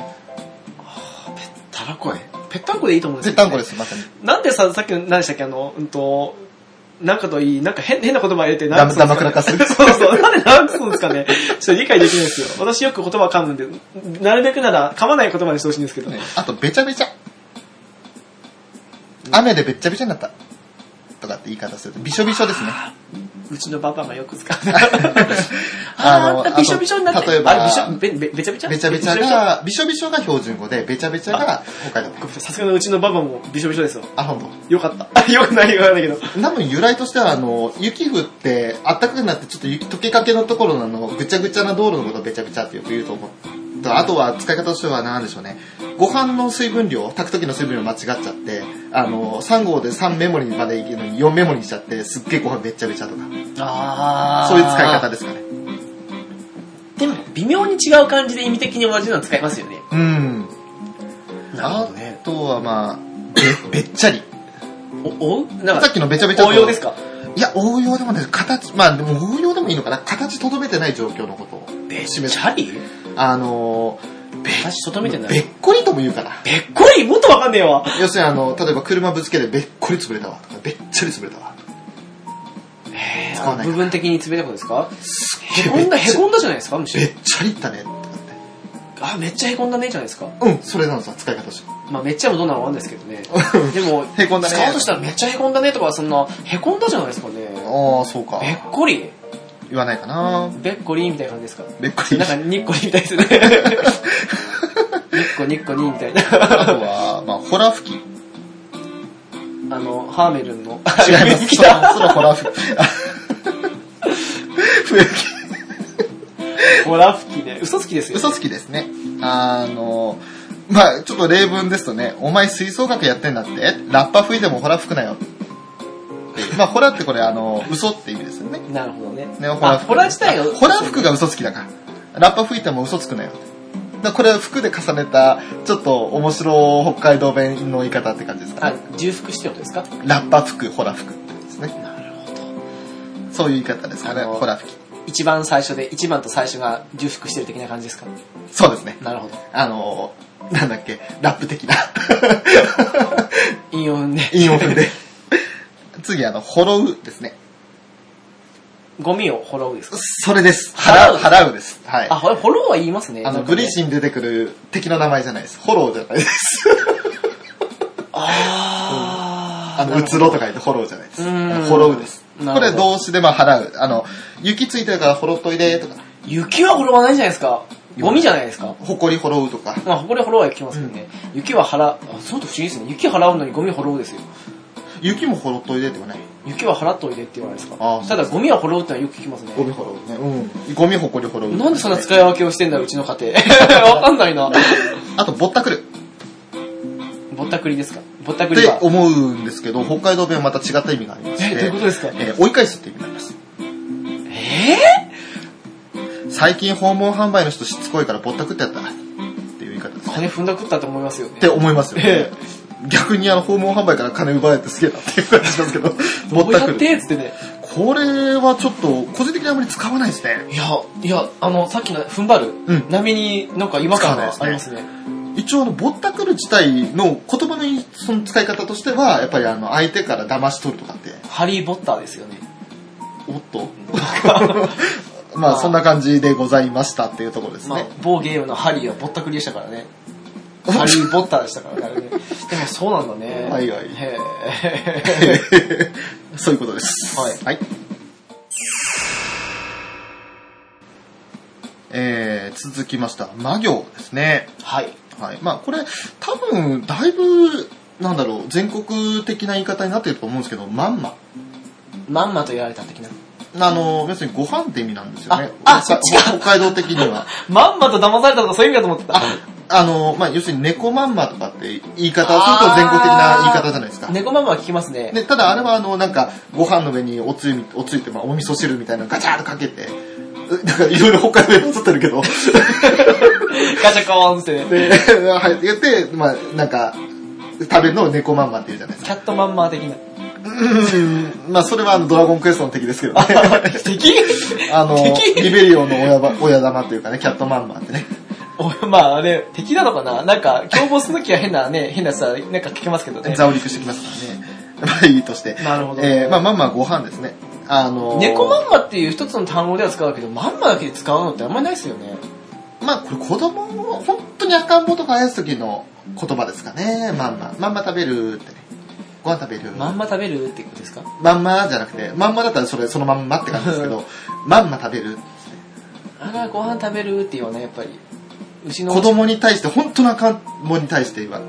たらこえ。ぺったんこでいいと思うんですぺったよ、んこです、まさに。なんでさ、さっきの何でしたっけ、あの、うんと、なんかといい、なんか変変な言葉入れて、なんダかムするダんでムすクかラねカス。 そうそう、なんで長くするんですかね。ちょっと理解できないですよ。私よく言葉噛むんで、なるべくなら噛まない言葉にしてほしいんですけど。ねあと、べちゃべちゃ。雨でべっちゃべちゃになった。とかって言い方すると、びしょびしょですね。うちのパパがよく使う。 ああの の、あんたびしょびしょになってあと例えばあれびしょ、べ、べ、べちゃべちゃべちゃべちゃべちゃが、びしょびしょが標準語で、べちゃべちゃが北海道ご。めんなさいさすがのうちのパパもびしょびしょですよ。あ、ほんよかった。 よくないよくないけど。と。多分由来としては、あの、雪降って、暖かくなって、ちょっと雪溶けかけのところの、あの、ぐちゃぐちゃな道路のことをべちゃべちゃってよく言うと思う。とあとは、使い方としては何でしょうね。ご飯の水分量、炊く時の水分量間違っちゃって、あの、3号で3メモリまで行くのに4メモリにしちゃって、すっげえご飯べっちゃべちゃとか。あそういう使い方ですかね。でも、微妙に違う感じで意味的に同じのは使いますよね。うん。あ。とはまあ、べ、べっちゃり。お、おなんさかっ、きのべちゃべちゃと応用ですかいや、応用でもない。形、まあでも応用でもいいのかな。形とどめてない状況のことを。べっちゃりあの私、とどめてー、なべっい。こりとも言うかな。べっこりもっとわかんねえわ。要するにあの、例えば車ぶつけてべっこり潰れたわ。とかべっちゃり潰れたわ。使わない部分的に冷たいことですかへげえこんだ、めっちへゃこんだじゃないですかむしべろっ。ちゃりったね。とかっあ、めっちゃへこんだねじゃないですか。て。うん、それなのさ、使い方と して。まあめっちゃもどんなのもあるんですけ どね。でも、へこんだね使おうとしたらめっちゃへこんだねとか、そんな、へこんだじゃないですかね。 ああ、そうか。べっこり言わないかな。べっこりみたいな感じ ですかべっこり。なんか、にっこりみたい ですね。にっこにっこにみたいな。あとは、まあ、ホラ吹き。違いあの、ハーメルンの。ます。 来そたろそろホラ吹き。あ笛 吹き。ホラ吹きね。嘘つきですよ。嘘つきですね。あの、まあ、ちょっと例文ですとね、お前吹奏楽やってんだってラッパ吹いてもホラ吹くなよって。まあ、ホラってこれ、あの、嘘って意味ですよね。なるほどね。ね、あホラホラ自体が。ホラ服が嘘つきだから。ラッパ吹いても嘘つくなよ。だからこれは服で重ねた、ちょっと面白い北海道弁の言い方って感じですかあね。、重複してることですかラッパ服、ホラ服ってことですね。なるほど。そういう言い方ですかね、あのホラ吹き。一番最初で、一番と最初が重複してる的な感じですかそうですね。なるほど。あの、なんだっけ、ラップ的 な陰を踏んで。韻を踏んで。次、あの、払うですね。 ゴミを掘ろうですかそれです。払払うう、払うです。はい。あ、ほら、掘ろうは言いますね。あの、なんかねブリッジに出てくる敵の名前じゃないです。フォローじゃないです。あー。あの、うつろとか言ってフォローじゃないです。うフーんォローです。なこるれほど動詞でまあ払う。あの、雪ついてるからフォロっといでとか、雪は掘ろわないじゃないですか。ゴミじゃないですか。ほこりフォローとか。まあ、ここで掘ろうは聞きますけどね。雪は払う。あ、そうと不思議ですね。雪払うのにゴミ掘ろうですよ。雪もフォロっといでってもね。雪は払っといでって言わないですか。あーただ、ゴミは掘ろうってのはよく聞きますね。ゴミフォローね。うん。ゴミほこりフォロー。なんでそんな使い分けをしてんだ、うちの家 庭。わかんないな。あと、ぼったくる。ぼったくりですかぼったくっりては。思うんですけど、北海道弁はまた違った意味がありまして。えどういうことですかえー追い返すって意味になります。え最近訪問販売の人しつこいからぼったくってやったらっていう言い方です。ー、っ金踏んだくったと思いますよね。て思いますよえね。逆にあの訪問販売から金奪われてすげえなっていう感じなんですけど、ぼぼったやくっる。てっつってね。これはちょっと個人的にあまり使わないですね。いや、いや、あの、さっきの踏ん張る、うん波になんか違和感が使わありないまですすね。一応あのぼったくる自体の言葉のいその使い方としては、やっぱりあの相手から騙し取るとかって、ハリー・ボッターですよね。おっとまあそんな感じでございましたっていうところですまあね。、某ゲームのハリーはぼったくりでしたからね。ハリー・ボッターでしたからね。あれねでもそうなんだね。はいはいへ そういうことです。はいえー、続きました。魔行ですね。ーはい。はい。まあこれ、多分、だいぶ、なんだろう、全国的な言い方になってると思うんですけど、まんま。まんまと言われた的な。あの、別にご飯って意味なんですよね。ああ北そっちか北海道的に は。まんまと騙されたとかそういう意味だと思ってた。あの、まあ、要するに猫まんまとかって言い方をすると全国的な言い方じゃないですか。猫まんまは聞きますね。で、ただあれはあの、なんか、ご飯の上におつゆみ、おつゆって、まあ、お味噌汁みたいなのガチャーッとかけて、うなんかいろいろ北海道弁映ってる けど、ガチャコーンってね。で、はい、って言って、まあ、なんか、食べるのを猫まんまって言うじゃないですキか。ャットまんま的な。うん、まあ、それはあの、ドラゴンクエストの敵ですけどね。 敵あの、敵リベリオンの親ば親玉というかね、キャットマンマってね。お まああれ、敵なのかななんか、競合するときは変なね、変なさ、なんか聞けますけどね。ザオリクしてきますからね。 まあいいとして。なるほどえー、まあまんまはご飯ですね。あのー猫まんまっていう一つの単語では使うけど、まんまだけで使うのってあんまりないですよね。まあこれ子供を本当に赤ん坊とかあやす時の言葉ですかね。まんま。まんま食べるってね。ご飯食べる。まんま食べるってことですかまんまじゃなくて、まんまだったらそれそのまんまって感じですけど、まんま食べる。あら、ご飯食べるって言わない、やっぱり。うちの、子供に対して、本当の赤ん坊に対して言わ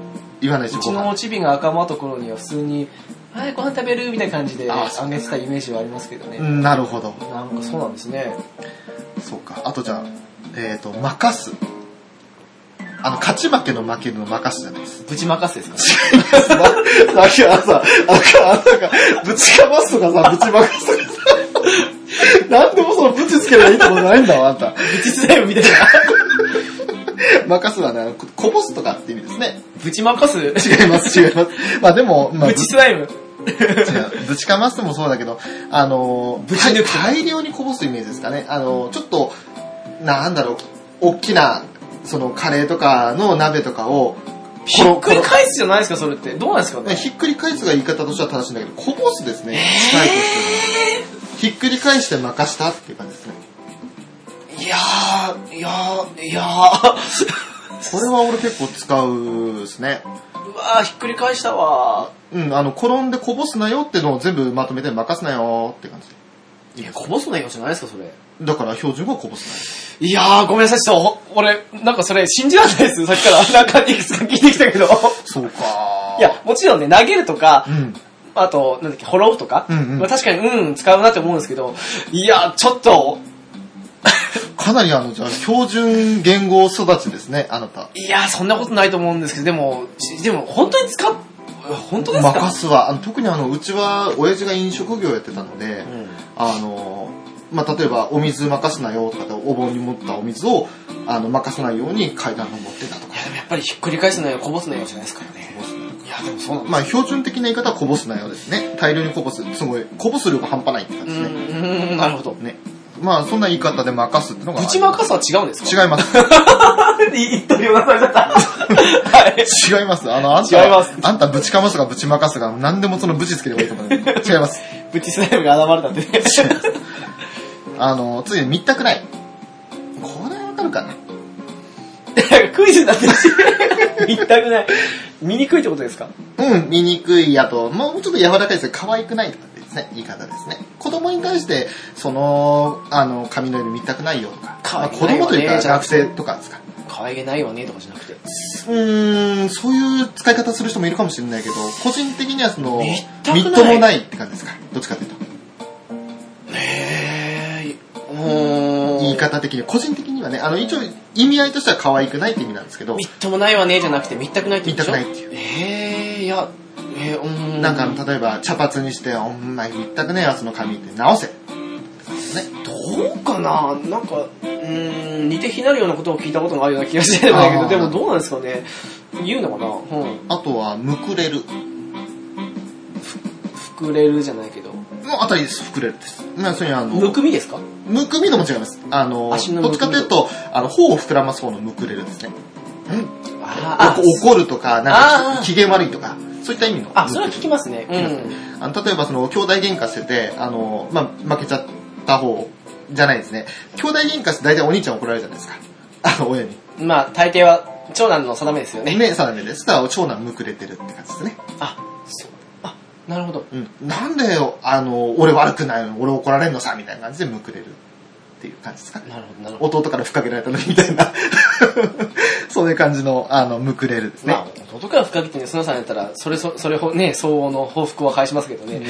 言わないし、うごちのお飯。ちびが赤まところには普通に、はい、ご飯食べるみたいな感じでああそうげてたイメージはありますけどうね。んなるほど。なんかそうなんですね。そうか。あとじゃあ、えっ、ー、と、任す。あの、勝ち負けの負けるの任すじゃないです。ぶちまかすですか さ、さっきはさ、あなんか、ぶちかますとかさ、ぶちまかすとかさ、なんでもそのぶちつけりゃいいってことないんだわ、あんた。ぶちスライムみたいな。まかすはねあの、ここぼすとかって意味ですね。ぶちまかすぶ違います、違います。まあでも、まあ、ちスライム違うぶちかますもそうだけど、あの、ぶち抜く大大量にこぼすイメージですかね。あの、ちょっと、なんだろう、大きな、そのカレーとかの鍋とかを、ひっくり返すじゃないですか、それって。どうなんですかね。ひっくり返すが言い方としては正しいんだけど、こぼすですね。近いとしてはひっくり返して任したっていう感じですね。いやー、いやー、 いやー。これは俺結構使うですね。うわー、ひっくり返したわうん、あの、転んでこぼすなよってのを全部まとめて任すなよって感じ。ー。いや、こぼすなよじゃないですか、それ。だから標準語はこぼすいやー、ごめんなさい、ちょっと、ほ俺、なんかそれ、信じられないです、さっきから。 なんか、いくつか聞いてきたけど。なよ。そうかいや、もちろんね、投げるとかう、ん。あと、なんだっけ、ほろうとか、うんうんまあ確かに、うん、使うなって思うんですけど、いや、ちょっと、かなりあの、じゃあ、標準言語育ちですね、あなた。いや、そんなことないと思うんですけど、でも、しでも、本当に使っ、本当ですか任すわ。あの特にあの、うちは、親父が飲食業やってたので、うんあの、まあ、例えば、お水任すなよとかで、お盆に持ったお水を、あの、任さないように階段を持ってたといか。や、でもやっぱりひっくり返すのよ、こぼすのよじゃないですからね。いや、でもそうなんまあ、標準的な言い方はこぼすなよですね。大量にこぼす。すごい、こぼす量が半端ないって感うじですね。ん、うんなるほど。ぶね。まあ、そんな言い方で任すってのが。ちまかすは違うんですか違います。 違う。言っとりをなされちゃった。はい。違います。あの、あんた、違いますあんたぶちかますがぶちまかすが、何でもそのぶちつければいいと思う。違い ます。ブチスライムが現れたってね。あの、ついに見たくない。これわかるかななんか クイズになってるし。見たくない。見にくいってことですかうん、見にくいやと、もうちょっと柔らかいですけど、可愛くないとかですね、言い方ですね。子供に対して、その、あの、髪の色見たくないよとか、可愛く子ないわね供というかじゃあ学生とかですか。可愛げないわね、とかじゃなくて。うーん、そういう使い方する人もいるかもしれないけど、個人的にはその、見たくなみいっともないって感じですか。どっちかというと。へぇー。もう言い方的に、個人的にはね、あの、一応意味合いとしては可愛くないって意味なんですけどみ、っともないわねじゃなくて、みったくないってことでしょみったくないっていうへえー、いや、えー、うーん。なんかあの、例えば茶髪にして、お前見たくねえわ、その髪って直せ。ね。どうかななんか、うーん、似て非なるようなことを聞いたことがあるような気がしてるんだけあど、ーでもどうなんですかね言うのかなうん。あとは、むくれる。膨れるじゃないけど。のあたりです、ふくれるです。まあ、それにあの、むくみですかむくみ度も違います。あの、足のどっちかというと、あの、頬を膨らます方のむくれるですね。あーお怒るとか、なんあかー機嫌悪いとか、そういった意味の。あ、それは聞きますね。むくれるうあの例えば、その、兄弟喧嘩してて、あの、まあ、負けちゃった方じゃないですね。兄弟喧嘩して大体お兄ちゃん怒られるじゃないですか。あの、親に。ん。まあ、大抵は、長男の定めですよね。ね、定めです。だから、長男むくれてるって感じですね。あ、そう。あ、なるほど。うん。なんで、あの、俺悪くないのに俺怒られんのさ、みたいな感じでむくれるっていう感じですかね。なるほど、なるほど。弟から吹っかけられたのにみたいな、 そういう感じの、あの、むくれるですね。まあ、弟から深くてね、そのさんやったら、それそ、それほ、ね、相応の報復は返しますけどね。ね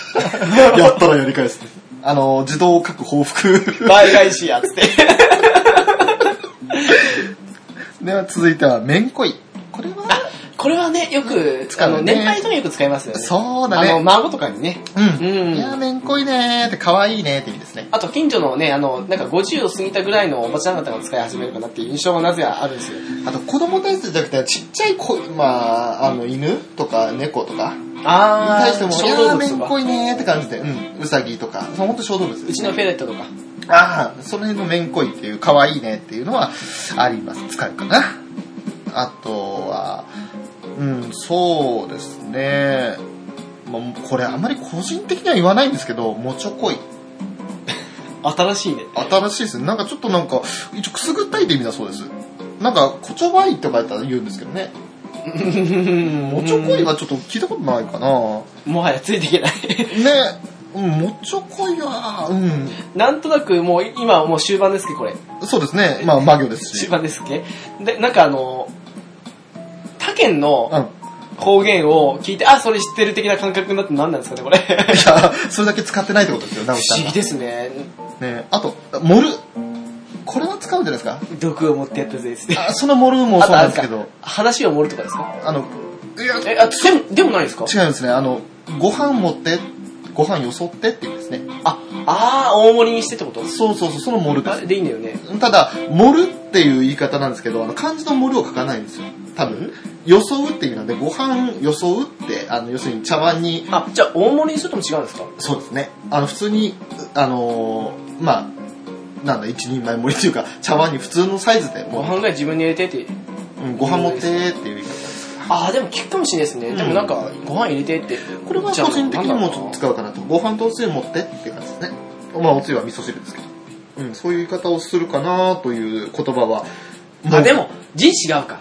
やったらやり返す。あの、自動各報復。 倍返しや、つって。では続いては、めんこい。これは、これはね、よく、使あうねの、年配とかよく使いますよね。そうだあの、ね。孫とかにね。うん。うんいや、めんこいねーって、可愛いねーって意味ですね。あと、近所のね、あの、なんか50を過ぎたぐらいのおばちゃん方が使い始めるかなっていう印象がなぜあるんですよ。あと、子供に対してじゃなくて、ちっちゃい子、まあ、あの、犬とか猫とか、にあ対しても、い小や動ー、め物とんか。こいねーって感じで、うん、うさぎとか、ほんと小動物うですちねのフェレットとか。ああ、その辺のめんこいっていう、かわいいねっていうのはあります。使うかな。あとは、うん、そうですね。まあこれあまり個人的には言わないんですけど、もちょこい。新しいね。新しいですね。なんかちょっとなんか、一応くすぐったいって意味だそうです。なんか、こちょばいとかやったら言うんですけどね。 もちょこいはちょっと聞いたことないかな。もはやついていけ ない。ね、うんもちょこいは、うん、なんとなくもう、今はもう終盤ですけど、これ。そうですね。まあ、魔行ですし。終盤ですっけで、なんかあの、他県うのん。方言を聞いて、あ、それ知ってる的な感覚になって何なんですか ね、これ。いや、それだけ使ってないってことですよ、不直樹さん思が議。ですね。ねあと、盛る。これは使うんじゃないですか毒を持ってやったぜ、ですね。あその盛るもあそうとなあんでれすけですかど、、話を盛るとかですかあの、いや、え、あ、でも、でもないですか違うんですね。あの、ご飯持って、ご飯よそってっていうんですね。あ、あー、大盛りにしてってことそうそうそう、その盛るあでれでいいんだよね。す。ただ、盛るっていう言い方なんですけど、あの、漢字の盛るを書かないんですよ。多分、よそうっていう意味なんで、ご飯よそうって、あの、要するに茶碗に、あ、じゃあ大盛りにするとも違うんですかそうですね。あの、普通に、あのーまあ、なんだ、一人前盛りというか、茶碗に普通のサイズで盛ごる飯ぐらい自分に入れてって。うんご飯持ってーっていう言い方です。あー、でも聞くかもしれないですね。うんでもなんか、ご飯入れてって。これはじゃあ個人的にもちょっとなんだろ使うかなと。ご飯とおつゆ持ってっていう感じですね。まあおつゆは味噌汁ですけど。うん、そういう言い方をするかなという言葉は。うなあ、でも、字違うか。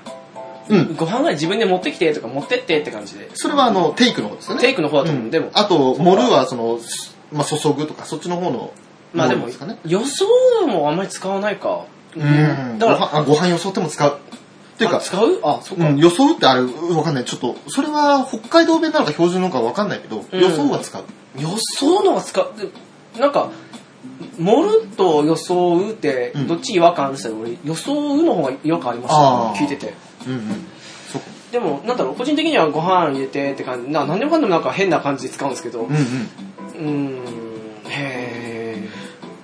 うん。ご飯ぐらい自分で持ってきてとか持ってってって感じで。それはあの、テイクの方ですよね。テイクの方だと思う。うんでも、あと、盛るはその、まあ注ぐとか、そっちの方の。まあでも盛るすかね。、予想もあんまり使わないか。うん。だだか、からら、あご飯よそっても使う。っていうあか、使うあ、そっうか。ん、予想ってあれ、わかんない。ちょっと、それは北海道弁なのか標準なのかわかんないけど、うん予想は使う。予想のが使う。でなんか、盛ると装うってうんどっち違和感あるんですけど、俺予想うの方が違和感ありました、あー聞いててうんうん。そっか。でもなんだろう個人的にはご飯入れてって感じな何でもかんでもなんか変な感じで使うんですけどううんうん。ーんへえ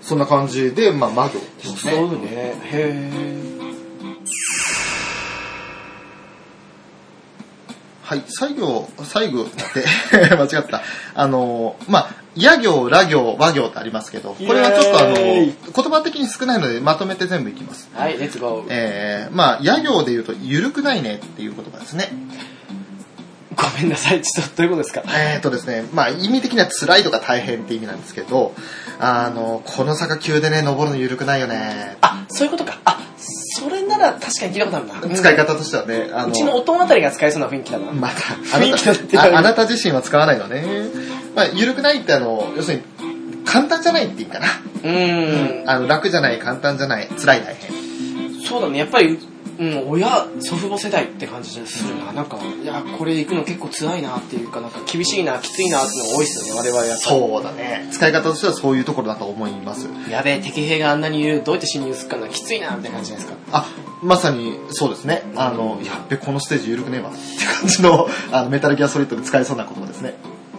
そんな感じで、まあ、魔行で予す想ね。うねへえはい。最後、最後って 間違った。あの、まあ、野行、ら行、和行ってありますけど、これはちょっとあの、イエー言イ葉的に少ないのでまとめて全部いきます。はいレッツゴーえー、まあ、野行で言うと、ゆるくないねっていう言葉ですね。ごめんなさいちょっとどういうことですかえーとですね、まあ意味的には辛いとか大変って意味なんですけど、あの、この坂急でね、登るの緩くないよね。あそういうことかあそれなら確かに聞いたことあるな、使い方としてはね、あうちのおとんあたりが使えそうな雰囲気だな、また、あ雰囲気だってなた、ああなた自身は使わないのね。まあ、緩くないってあの、要するに、簡単じゃないって言うかな。うーんあの、楽じゃない、簡単じゃない、辛い大変。そうだね、やっぱり、うん、親、祖父母世代って感じするな。なんか、いや、これ行くの結構辛いなっていうか、なんか厳しいな、きついなっていうのが多いですよね、我々は。そうだね。使い方としてはそういうところだと思います。やべえ、敵兵があんなに言う、どうやって侵入するかな、きついな、みたいな感じじゃないですか。あ、まさにそうですね。あの、やっべ、このステージ緩くねえわ。って感じの、あの、メタルギアソリッドで使えそうな言葉ですね。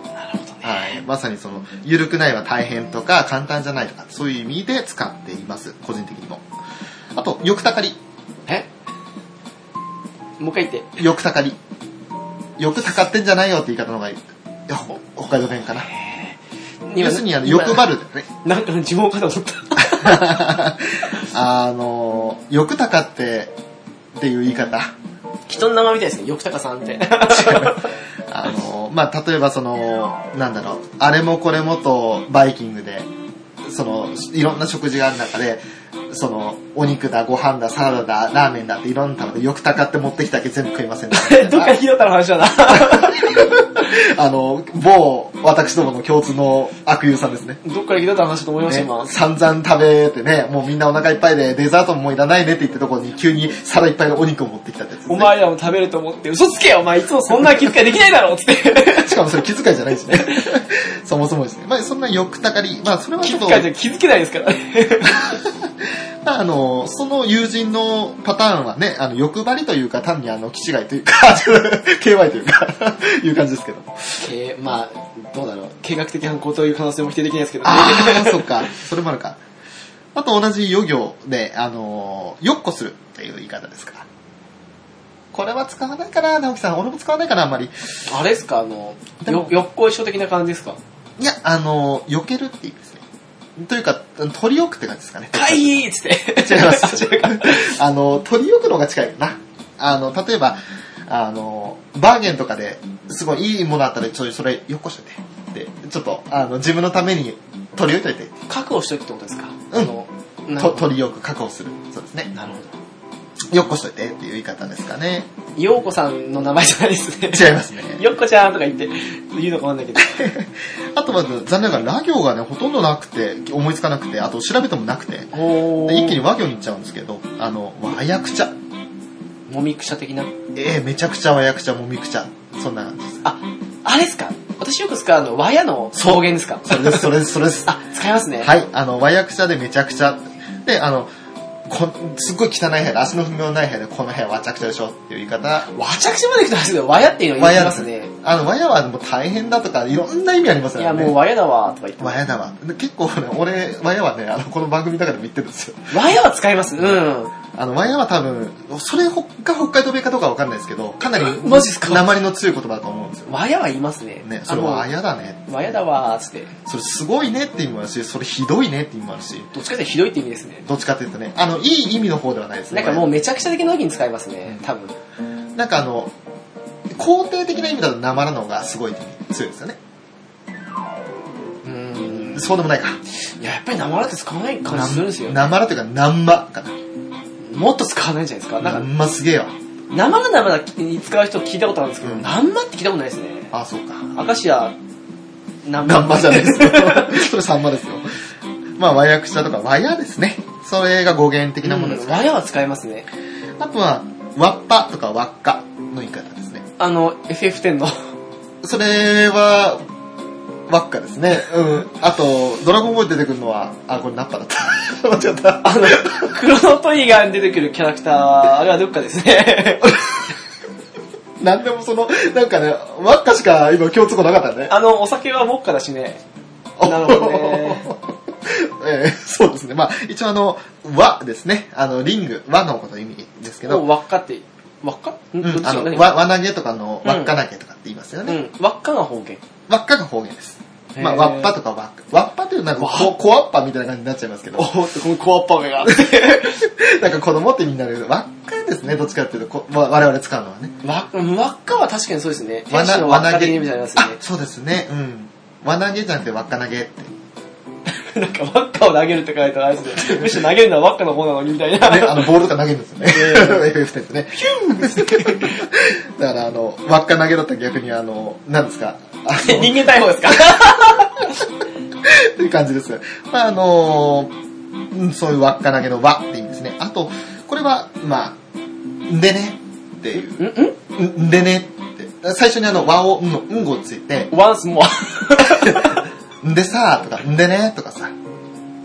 なるほどね。はい、まさにその、ゆるくないは大変とか、簡単じゃないとか、そういう意味で使っています、個人的にも。あと、よくたかり。えもう一回言って。よくたかり。よくたかってんじゃないよって言い方の方がいい。いやほ北海道弁かな。要するに、あの、欲張る。るだよね。なんか呪文かと思った。あの、よくたかって、っていう言い方。人の名前みたいですね、よくたかさん って。あの、まあ、例えばその、なんだろう、あれもこれもとバイキングで、その、いろんな食事がある中で、その、お肉だ、ご飯だ、サラダだ、ラーメンだっていろんなので、よくたかって持ってきただけ全部食いませんでした どっかひどたの話だな。あの、某、私どもの共通の悪友さんですね。 どっかひどたの話だと思いました、ね今。散々食べてね、もうみんなお腹いっぱいで、デザートももういらないねって言ったところに急に皿いっぱいのお肉を持ってきたってやつですねお前らも食べると思って、嘘つけよ、お前いつもそんな気遣いできないだろ、つって。 しかもそれ気遣いじゃないしね。そもそもですね。まあそんなよくたかり、まあそれはち気ょっと、遣いじゃ気づけないですからね。まあ、あの、その友人のパターンはね、あの、欲張りというか、単にあの、気違いというか、KY というか、 いう感じですけど。えーまあ、どうだろう。計画的犯行という可能性も否定できないですけど、ね、ああ、そっか、それもあるか。あと同じ余行で、あの、よっこするっていう言い方ですから。これは使わないかな、直樹さん。俺も使わないかな、あんまり。あれですか、あの、でもよ、よっこいしょ的な感じですか。いや、あの、避けるっていう意味ですね。というか、取り置くって感じですかね。はいっつって。違います。違うか。 あの、取り置くのが近いかな。あの、例えば、あの、バーゲンとかで、すごいいいものあったら、ちょいそれ、よっこしといて。で、ちょっと、あの、自分のために取り置いといて。確保しとくってことですか。うんあの、なとるほど。取り置く、確保する。そうですね。なるほど。よっこしといてっていう言い方ですかね。ようこさんの名前じゃないですね。違いますね。 よっこちゃんとか言って、言うのかわかんないけど。あとは、残念ながら、ラ行がね、ほとんどなくて、思いつかなくて、あと調べてもなくて、おで一気に和行に行っちゃうんですけど、あの、和やくちゃ。もみくしゃ的な。えー、めちゃくちゃ和やくちゃ、もみくちゃ。そんな感じです。あ、あれですか私よく使うあの、和屋の草原ですかそれです、それです、それです。あ、使いますね。はい、あの、和訳者でめちゃくちゃ。で、あの、こすっごい汚い部屋で、足の踏み場のない部屋で、この部屋わちゃくちゃでしょっていう言い方。わちゃくちゃまで行くとあれですけど、和屋っていうの言いますね。あの、和屋はもう大変だとか、いろんな意味ありますいよや、ね。もう和屋だわ、とか言って。和屋だわ。で結構ね、俺、和屋はね、あの、この番組の中でも言ってるんですよ。和屋は使います。うん。あの、和屋は多分、それが北海道弁かどうかわかんないですけど、かなり、 マジっすか鉛の強い言葉だと思うんですよ。和屋は言いますね。ね、それ和あ屋だね。の和屋だわ、つって。それすごいねって意味もあるし、それひどいねって意味もあるし、どっちかというとひどいって意味ですね。どっちかっていうとね、あの、いい意味の方ではないですなね。んかもうめちゃくちゃ的な時に使いますね、多分。なんかあの、肯定的な意味だと生らの方がすごい強いですよね。うーん。そうでもないか。いや、やっぱり生らって使わない感じするんですよ。生らというか、なんまかな。もっと使わないんじゃないですか。ななんか、んますげえわ。生ら生らに使う人聞いたことあるんですけど、うんなんまって聞いたことないですね。あ、そうか。明石家、なんなんまじゃないですよ。それさんまですよ。まあ、和訳者とか、和屋ですね。それが語源的なものですうんか和屋は使いますね。あとは、わっぱとかわっかの言い方ですね。あの、FF10 の。それは、ばっかですね。うん。あと、ドラゴンボールに出てくるのは、あ、これナッパだった。 間違った。あの、クロノトリガーに出てくるキャラクター、あれはどっかです ね。なんでもその、なんかね、輪っかしか今共通項なかったね。あの、お酒はウォッカだしね。 なるほどね。 えーそうですね。まあ、一応あの、和ですね。あの、リング、和のことの意味ですけもうど、輪っかって、輪っかうん、うん、あの、何和、和投げとかの、輪っか投げとかって言いますようね。ん、輪っかが方言。輪っかが方言です。まあ、へー輪っぱとか輪っか。輪っぱっていうのはなんかこ、こわっぱみたいな感じになっちゃいますけどお、ーっと、このコアっぱめ が。なんか子供ってみんなで、輪っかですね。どっちかっていうと、こわ我々使うのはね。輪っか輪っかは確かにそうですね。わな天使の輪っか的な意味じゃありますよあ、そうですね。うん。輪投げじゃなくて輪っか投げって。ね。なんか輪っかを投げるって書いてあるやつで、 むしろ投げるのは輪っかの方なのにみたいな。ね、あの、ボールとか投げるんですよね。 え FF ってね。だから、あの、輪っか投げだったら逆に、あの、なんですか、あ 人の、間逮捕ですか という感じです。まあ、あの、うんそういう輪っか投げの輪って意味ですね。あと、これは、まあ、んでねっていんんう、んんでねって。最初にあの、輪を、んの、んごついて、ワンスモア。んでさーとか、んでねとかさ。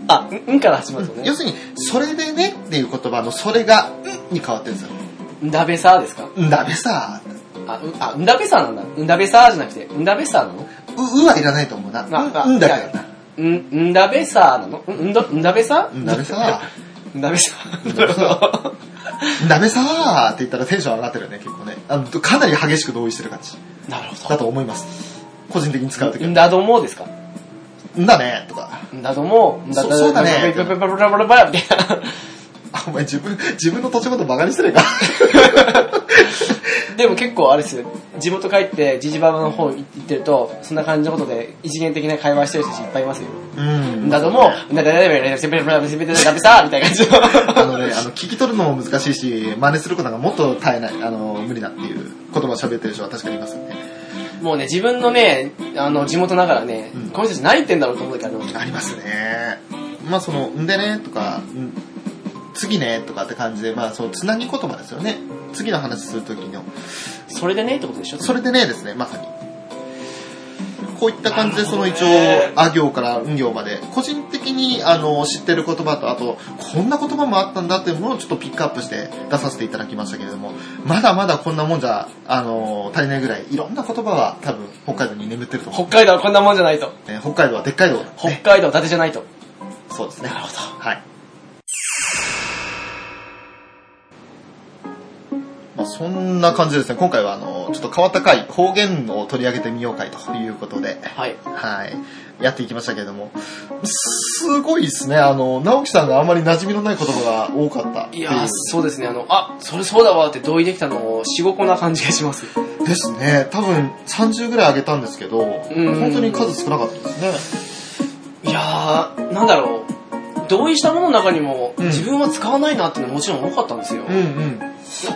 あ、んんから始まるんですよ要ね。するに、それでねっていう言葉の、それが、んに変わってるんですよ。んだべさーですかんだべさー。あ、うあ、んだべさーなんだ。んだべさーじゃなくて、んだべさーなのう、うはいらないと思うな。ああうんだけどな。ん、んだべさーなのんんだ、んだべさーんだべさんだべさー。んだべさー、ダメさーって言ったらテンション上がってるよね、結構ね。あのかなり激しく同意してる感じなるほだと思います。個人的に使うときど。んは。だどもですかんだねとか。んだども、んだそそうだねブラブラブラブラブラみたいな。あ、お前自分、自分の土地ごとバカにしてるか。でも結構あれですよ地元帰ってジジババの方行ってるとそんな感じのことで一元的な会話してる人たちいっぱいいますよ、うん。だともうなんかだめだめだめだめだめだめだめさみたいな感じあののね、あの、聞き取るのも難しいし、真似することがもっと耐えない、あの、無理だっていう言葉を喋ってる人は確かにいますよね。もうね自分のねあの地元ながらね、うんこの人たち何言ってんだろうと思う時あるのありますね。まあその、んでねとか、ん次ねとかって感じで、まあその、つなぎ言葉ですよね。次の話するときの。それでねってことでしょそれでねですね、まさに。こういった感じで、その一応なるほどね、あ行からうん行まで、個人的にあの知ってる言葉と、あと、こんな言葉もあったんだっていうものをちょっとピックアップして出させていただきましたけれども、まだまだこんなもんじゃ、あの、足りないぐらい、いろんな言葉は多分北海道に眠ってると思北海道はこんなもんじゃないとう。ね北海道はでっかい道なんで北ね、海道は伊達じゃないとそうですね。なるほどはい。まあ、そんな感じでですね、今回はあの、ちょっと変わった回、方言を取り上げてみよう会ということで、はいはい。やっていきましたけれども、すごいですね。あの、直樹さんがあんまり馴染みのない言葉が多かったっていいう。やーそうですねあのあそれそうだわって同意できたの45個な感じがしますですね。多分30ぐらいあげたんですけど、ん本当に数少なかったですね。いやーなんだろう同意したものの中にも、うん自分は使わないなっていうのももちろん多かったんですよ、うんうん。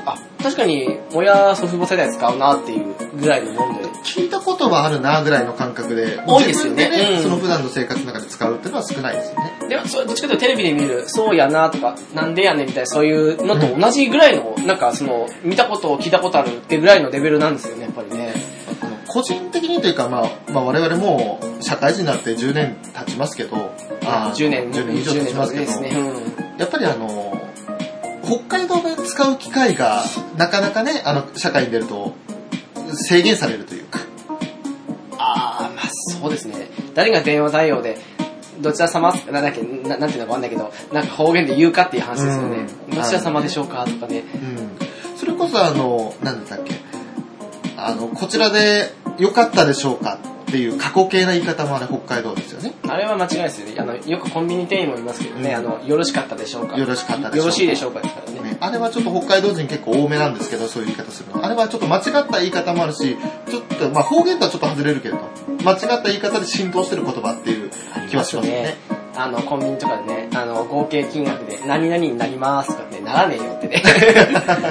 あ確かに親祖父母世代使うなっていうぐらいのもんで聞いたことはあるなぐらいの感覚で、多いですよね自分でうんその普段の生活の中で使うっていうのは少ないですよね。でそれどっちかというとテレビで見る「そうやな」とか「なんでやねん」みたいなそういうのと同じぐらいの、なんかその見たことを聞いたことあるってぐらいのレベルなんですよねやっぱりねあの個人的にというか、まあ、まあ、我々もう社会人になって10年経ちますけど、あー10年10年以上20経年ちとまかすけでどす、ね、やっぱりあの、北海道で使う機会がなかなかね、あの、社会に出ると制限されるというか、うん、ああまあそうですね誰が電話対応でどちら様なんだっけななんていうのかわかんないけどなんか方言で言うかっていう話ですよね、うんどちら様でしょうかとかねうん。それこそあの、何でしたっけ、あの、こちらで良かったでしょうかっていう過去形な言い方もあれ北海道ですよね。あれは間違いですよねあのよくコンビニ店員もいますけどね、うんあのよろしかったでしょうかよろしかったでしょうかよろしいでしょうかですからねねあれはちょっと北海道人結構多めなんですけど、そういう言い方するの。あれはちょっと間違った言い方もあるし、ちょっと、まあ方言とはちょっと外れるけれど、間違った言い方で浸透してる言葉っていう気はしますよね。あの、コンビニとかでね、あの、合計金額で何々になりますとかってならねえよってね。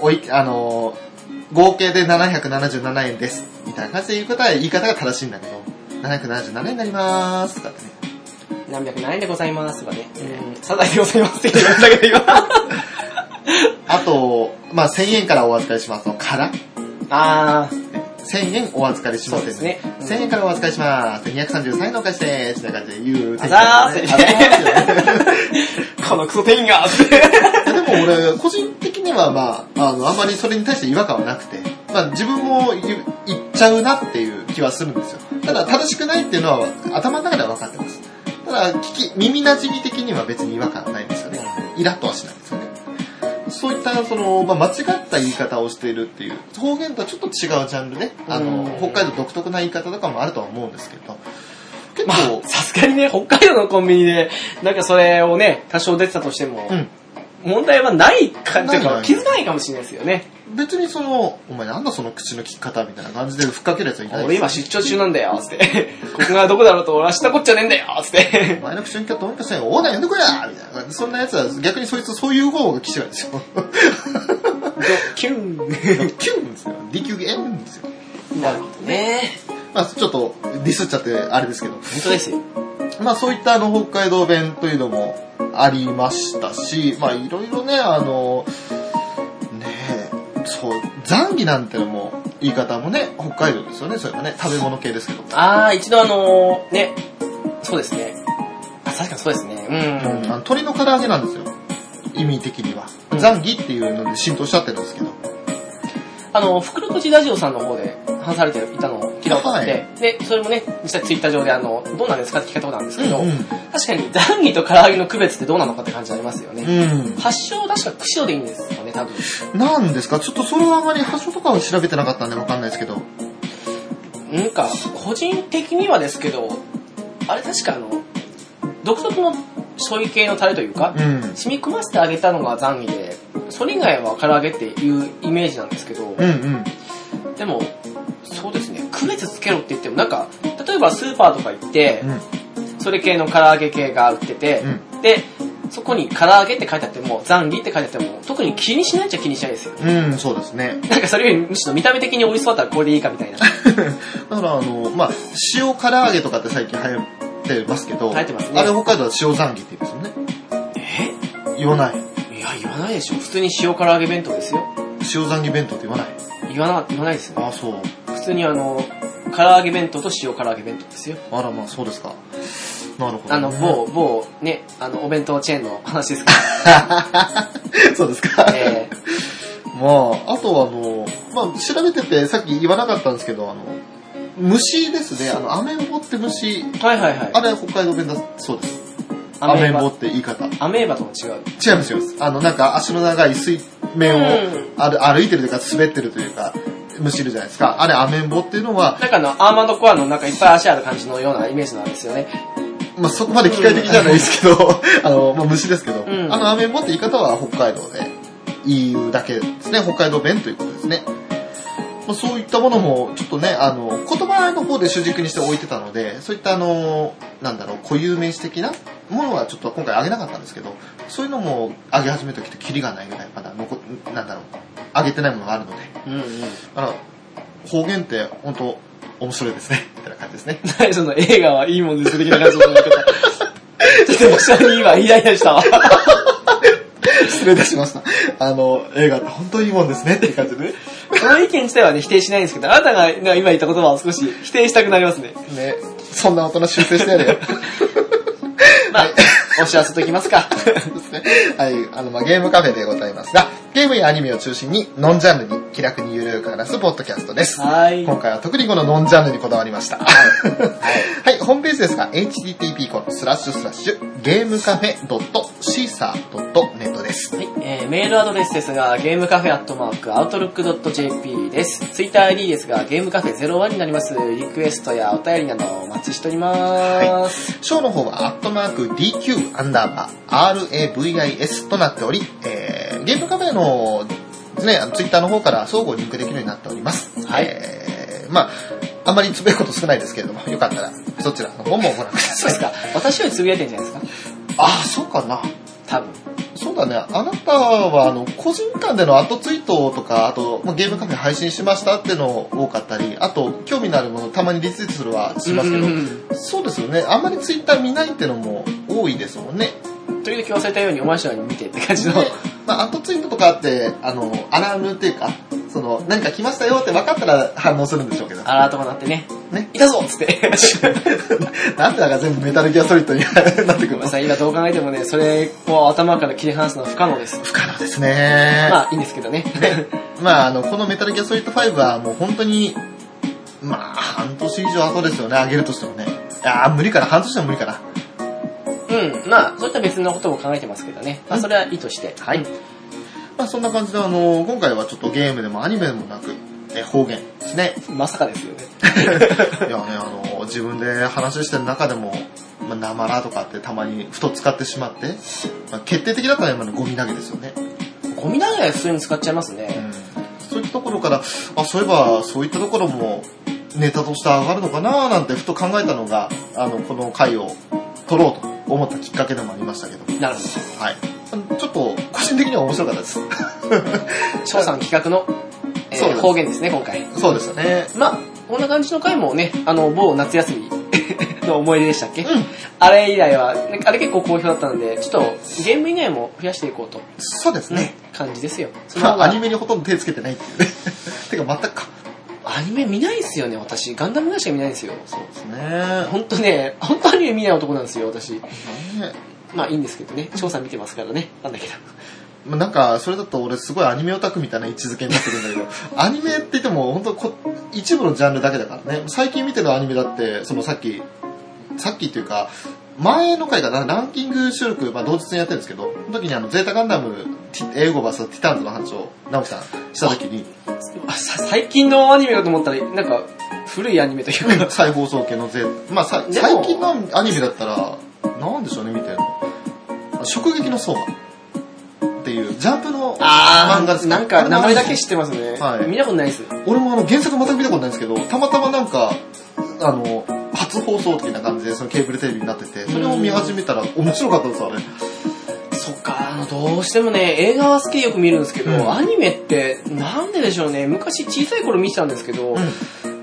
おい、あのー合計で777円です。みたいな感じで言う方は言い方が正しいんだけど、777円になりまーす。とかってね。何百何円でございますとかね。うん、サザエでございますって言いましたけど今。あと、まあ1000円からお預かりしますの、からあー、 ?1000 円お預かりしまそうせんですね。うん1000円からお預かりします。233円のお返しです。みたいな感じで言う。あざーすあざーすよね このクソ店員 がって。いやでも俺、個人的にはまあ、あの、あんまりそれに対して違和感はなくて、まあ自分も言う言っちゃうなっていう気はするんですよ。ただ正しくないっていうのは頭の中では分かってます。ただ、聞き、耳馴染み的には別に違和感はないんですよね。イラッとはしないんですよね。そういった、その、まあ、間違った言い方をしているっていう、方言とはちょっと違うジャンルで、あうんの、北海道独特な言い方とかもあるとは思うんですけど、結 まあ構、、さすがにね、北海道のコンビニで、なんかそれをね、多少出てたとしても、うん。問題はないか、というないかない気づかないかもしれないですよね。別にその、お前なんだその口の利き方みたいな感じで吹っかけるやつはいない俺今出張中なんだよ、つって。ここがどこだろうと俺は知ったこっちゃねえんだよ、つって。前の口の利き方どうにかせんよ、オーナー呼んでくれやみたいな感じで。そんなやつは逆にそいつそういう方が気違いですよ。キュン。キュンですよ。D 級ゲームですよ。なるほどね。まあちょっとディスっちゃってあれですけど。本当ですよ。まあそういったあの北海道弁というのもありましたし、まあいろいろね、あの、ねえ、そう、残儀なんてのも言い方もね、北海道ですよね、それはね。食べ物系ですけど。あー、一度あのー、ね、そうですね。あ、確かにそうですね。ううんあの鶏の唐揚げなんですよ。意味的には。うん残儀っていうので浸透しちゃってるんですけど。あの、袋とじラジオさんの方で話されていたのを聞いたことあって、はで、それもね、実際ツイッター上であの、どうなんですかって聞かれたことあるんですけど、うん確かに残儀と唐揚げの区別ってどうなのかって感じになりますよね。うん。発祥は確か釧路でいいんですよね、多分。なんですかちょっとそれはあまり発祥とかを調べてなかったんでわかんないですけど。なんか、個人的にはですけど、あれ確かあの、独特の醤油系のタレというか、うん。染み込ませて揚げたのが残儀で、それ以外は唐揚げっていうイメージなんですけど、うんうん。でも、そうですね、区別つけろって言っても、なんか、例えばスーパーとか行って、うんそれ系の唐揚げ系が売ってて、で、そこに唐揚げって書いてあっても、残儀って書いてあっても、特に気にしないっちゃ気にしないですよ。うん。うん、そうですね。なんかそれよりむしろ見た目的に美味しそうだったらこれでいいかみたいな。だからあの、まあ、塩唐揚げとかって最近流行ってますけど、流行ってますねあれ北海道は塩残儀って言うんですよね。え言わない。いや、言わないでしょ。普通に塩唐揚げ弁当ですよ。塩残儀弁当って言わない。言わな、言わないですよね。ああ、そう。普通にあの、唐揚げ弁当と塩唐揚げ弁当ですよ。あら、まあそうですか。なるほど、ね。あの、某、某、ね、あの、お弁当チェーンの話ですけそうですかど、。えまあ、あとあの、まあ、調べててさっき言わなかったんですけど、あの、虫ですね。あの、アメンボって虫、ー、 はいはいはい。あれは北海道弁だそうです。アアメメーンボバ。って言い方。違いアメーバとも違う。ますよ。あの、なんか足の長い水面をうん歩歩いてるというか、滑ってるというか、むしるじゃないですか。あれ、アメンボっていうのは、なんかあの、アーマンドコアのなんかいっぱい足ある感じのようなイメージなんですよね。まあ、そこまで機械的じゃないですけど、 あの、まあ、虫ですけど、うんあの、アメンボって言い方は北海道で言うだけですね。北海道弁ということですね。まあ、そういったものも、ちょっとね、あの、言葉の方で主軸にして置いてたので、そういったあの、なんだろう、固有名詞的なものはちょっと今回上げなかったんですけど、そういうのも上げ始めたきとキリがないぐらいまだ残、なんだろう、上げてないものがあるので、うんうん。あの、方言って本当面白いですね、みたいな感じですね。何 その映画はいいもんです的な感じの言い方。 ちょっと下に今イライラ したわ。失礼いたしました。あの、映画って本当にいいもんですねっていう感じでね。この意見自体はね、否定しないんですけど、あなたが今言った言葉を少し否定したくなりますね。ね、そんな大人修正してやれよ。まあ、 お知らせときます か。ですね。はい、あの、まあ、ゲームカフェでございますが、ゲームやアニメを中心に、ノンジャンルに気楽にゆるく話すポッドキャストです。はい。今回は特にこのノンジャンルにこだわりました。はい、ホームページですが、http このスラッシュスラッシュ、ゲームカフェ .caesar.net です。はい、えーメールアドレスですが、ゲームカフェアットマーク、アウトロックドット JP です。ツイッター ID ですが、ゲームカフェ01になります。リクエストやお便りなどお待ちしております。ショーの方は、アットマーク DQ アンダーバー RAVIS となっており、えー、ゲームカフェの、ね、あのツイッターの方から相互リンクできるようになっております。はいえー、まああんまりつぶやくこと少ないですけれども、よかったら、そちらの方もご覧くだそさうでい。すか。私よりつぶやいてんじゃないですかああ、そうかな。多分。そうだね。あなたは、あの、個人間での後ツイートとか、あと、まあゲームカフェ配信しましたっていうの多かったり、あと、興味のあるものたまにリツイートするはしますけどう、んそうですよね。あんまりツイッター見ないってのも多いですもんね。時々忘れたようにお前らに見てって感じの。でまあ、アットツイートとかあって、あの、アラームっていうか、その、何か来ましたよって分かったら反応するんでしょうけど。アラートが鳴ってね。ね。いたぞっ つって。なんでだか全部メタルギアソリッドになってくるまのあさ、今どう考えてもね、それを頭から切り離すのは不可能です。不可能ですね。まあいいんですけどね。まあ、あの、このメタルギアソリッド5はもう本当に、まあ、半年以上後ですよね、上げるとしてもね。ああ、無理かな、半年でも無理かな。 うん、まあそういった別のことも考えてますけどね。まあそれはいいとして。はい。まあ、そんな感じで、あの、今回はちょっとゲームでもアニメでもなく、え方言ですね。まさかですよね。いやね、あの、自分で話してる中でも、まあ、なまらとかってたまにふと使ってしまって、まあ、決定的だったら今のゴミ投げですよね。ゴミ投げは普通に使っちゃいますうね。んそういったところから、あ、そういえば、そういったところもネタとして上がるのかななんてふと考えたのが、あの、この回を撮ろうと思ったきっかけでもありましたけど、なるほど。はい。ちょっと、個人的には面白かったです。翔さん企画の、えーそうです方言ですね、今回。そうでしたね。まあ、こんな感じの回もね、あの、某夏休み の思い出でしたっけ、うんあれ以来は、なんかあれ結構好評だったんで、ちょっとゲーム以外も増やしていこうと、そうですね。感じですよ。そのま方あ、がアニメにほとんど手つけてないっていうね。 てか、全くか。アニメ見ないですよね、私。ガンダムぐらいしか見ないんですよ。そうですね。本当ね、本当アニメ見ない男なんですよ、私。ねまあいいんですけどね、翔さん見てますからね、なんだけど。まあなんか、それだと俺すごいアニメオタクみたいな位置づけになってるんだけど、 アニメって言っても本当こ一部のジャンルだけだからね。最近見てるアニメだって、そのさっき、さっきっていうか、前の回かな、ランキング収録、まあ同日にやってるんですけど、その時にあの、ゼータガンダム、ティ英語 VS ティターンズの話を、直樹さん、した時 に、あさ最近のアニメだと思ったら、なんか、古いアニメというか、再放送系のゼータ、まあさでも最近のアニメだったら、なんでしょうね、見てるの。食撃の相馬っていう、ジャンプのあ漫画ですー、かなんか名前だけ知ってますね。はい見たことないです。俺もあの原作全く見たことないんですけど、たまたまなんか、あの、初放送的な感じでそのケーブルテレビになってて、それを見始めたら面白かったです、あれ。そっか、あの、どうしてもね、映画は好きでよく見るんですけど、うんアニメって、なんででしょうね、昔小さい頃見てたんですけど、う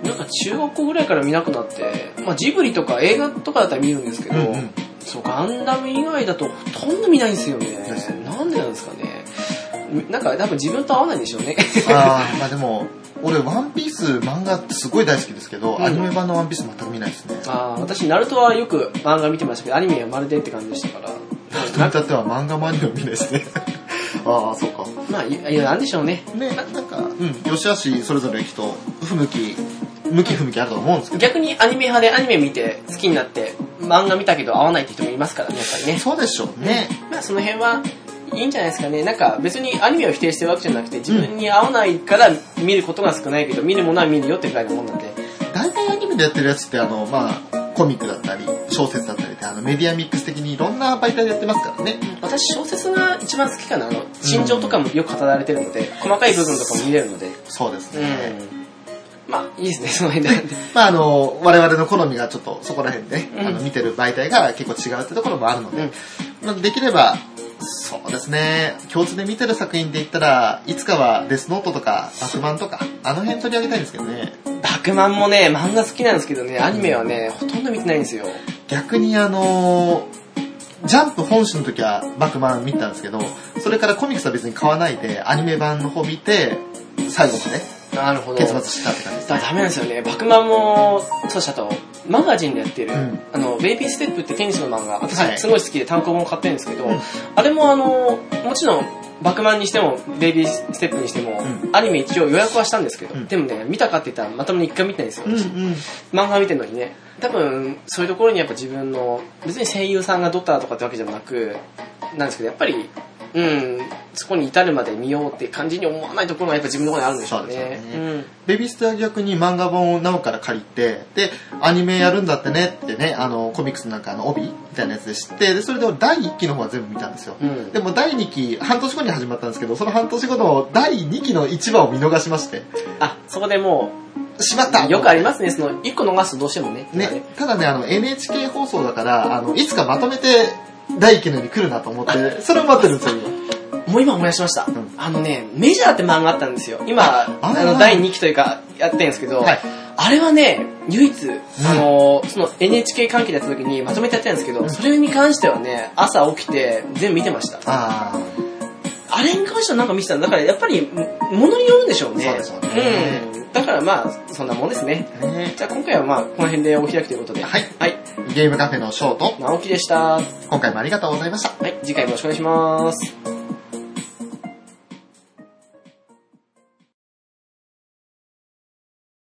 なんか中学校ぐらいから見なくなって、まあジブリとか映画とかだったら見るんですけど、んうん。そう、ガンダム以外だとほとんど見ないんですよねですね。なんでなんですかね。なんか多分自分と合わないんでしょうね。 あー、まあでも、俺ワンピース漫画すごい大好きですけど、うんアニメ版のワンピース全く見ないですね。あー私、ナルトはよく漫画見てましたけど、アニメはまるでって感じでした から。人に至っては漫画もアニメも見ないですね。 ああ、そうか。まあ、いや、いやなんでしょうね。ね、ななんか、うん、よしあしそれぞれきっと、不向き、向き不向きあると思うんですけど、逆にアニメ派でアニメ見て好きになって、漫画見たけど合わないって人もいますからね、やっぱりね。そうでしょうね。まあその辺はいいんじゃないですかね。なんか別にアニメを否定してるわけじゃなくて、自分に合わないから見ることが少ないけど、見るものは見るよってぐらいのもんなんで。大体アニメでやってるやつってあの、まあ、コミックだったり、小説だったりって、あの、メディアミックス的にいろんな媒体でやってますからね。私小説が一番好きかな。あの、心情とかもよく語られてるので、細かい部分とかも見れるので。そうですうね。ん。まあいいですね、その辺で。まあ、あの、我々の好みがちょっとそこら辺でね、うんあの、見てる媒体が結構違うってところもあるのうでん、まあ、できれば、そうですね、共通で見てる作品で言ったら、いつかはデスノートとか、悪マンとか、あの辺取り上げたいんですけどね。バクマンもね、漫画好きなんですけどね、アニメはね、ほとんど見てないんですよ。逆にあのジャンプ本誌の時はバクマン見たんですけど、それからコミックスは別に買わないで、アニメ版の方見て、最後までなるほど。結末したって感じです。だダメなんですよね。バクマンも、そうしたと、マガジンでやってる、うんあの、ベイビーステップってテニスの漫はい画、私すごい好きで単行本買ってるんですけど、うんあれもあの、もちろん、バクマンにしても、ベイビーステップにしても、うアニメ一応予約はしたんですけど、うんでもね、見たかって言ったらまともに一回見てないんですよ、私うんうん。漫画見てるのにね。多分、そういうところにやっぱ自分の、別に声優さんがドターとかってわけじゃなく、なんですけど、やっぱり、うん、そこに至るまで見ようって感じに思わないところがやっぱ自分の方にあるんでしょうそうでねす。よねベビースター逆に漫画本をナオから借りて、で、アニメやるんだってねってね、あの、コミックスなんかの帯みたいなやつで知って、で、それで俺第1期の方は全部見たんですよ。うん。うんでも第2期、半年後に始まったんですけど、その半年後の第2期の1話を見逃しまして、あ、そこでもしまったう、よくありますね、その、一個逃すとどうしてもね。ね、ただね、あの、NHK 放送だから、あの、いつかまとめて、第一期のように来るなと思って、それを待ってるんですよ、今。もう今思い出しました。んあのね、メジャーって漫画あったんですよ。今、ああーの、第2期というか、やってるんですけど、はい。あれはね、唯一、あの、その NHK 関係でやった時にまとめてやってるんですけど、それに関してはね、朝起きて全部見てました。ああれに関してはなんか見てたんだから、やっぱり、ものによるんでしょうね。そうですよねうん。だからまあ、そんなもんですね。ねじゃあ今回はまあ、この辺でお開きということで。はいはい。ゲームカフェのショート、直樹でした。は今回もありがとうございました。い。次回もよろしくお願いします。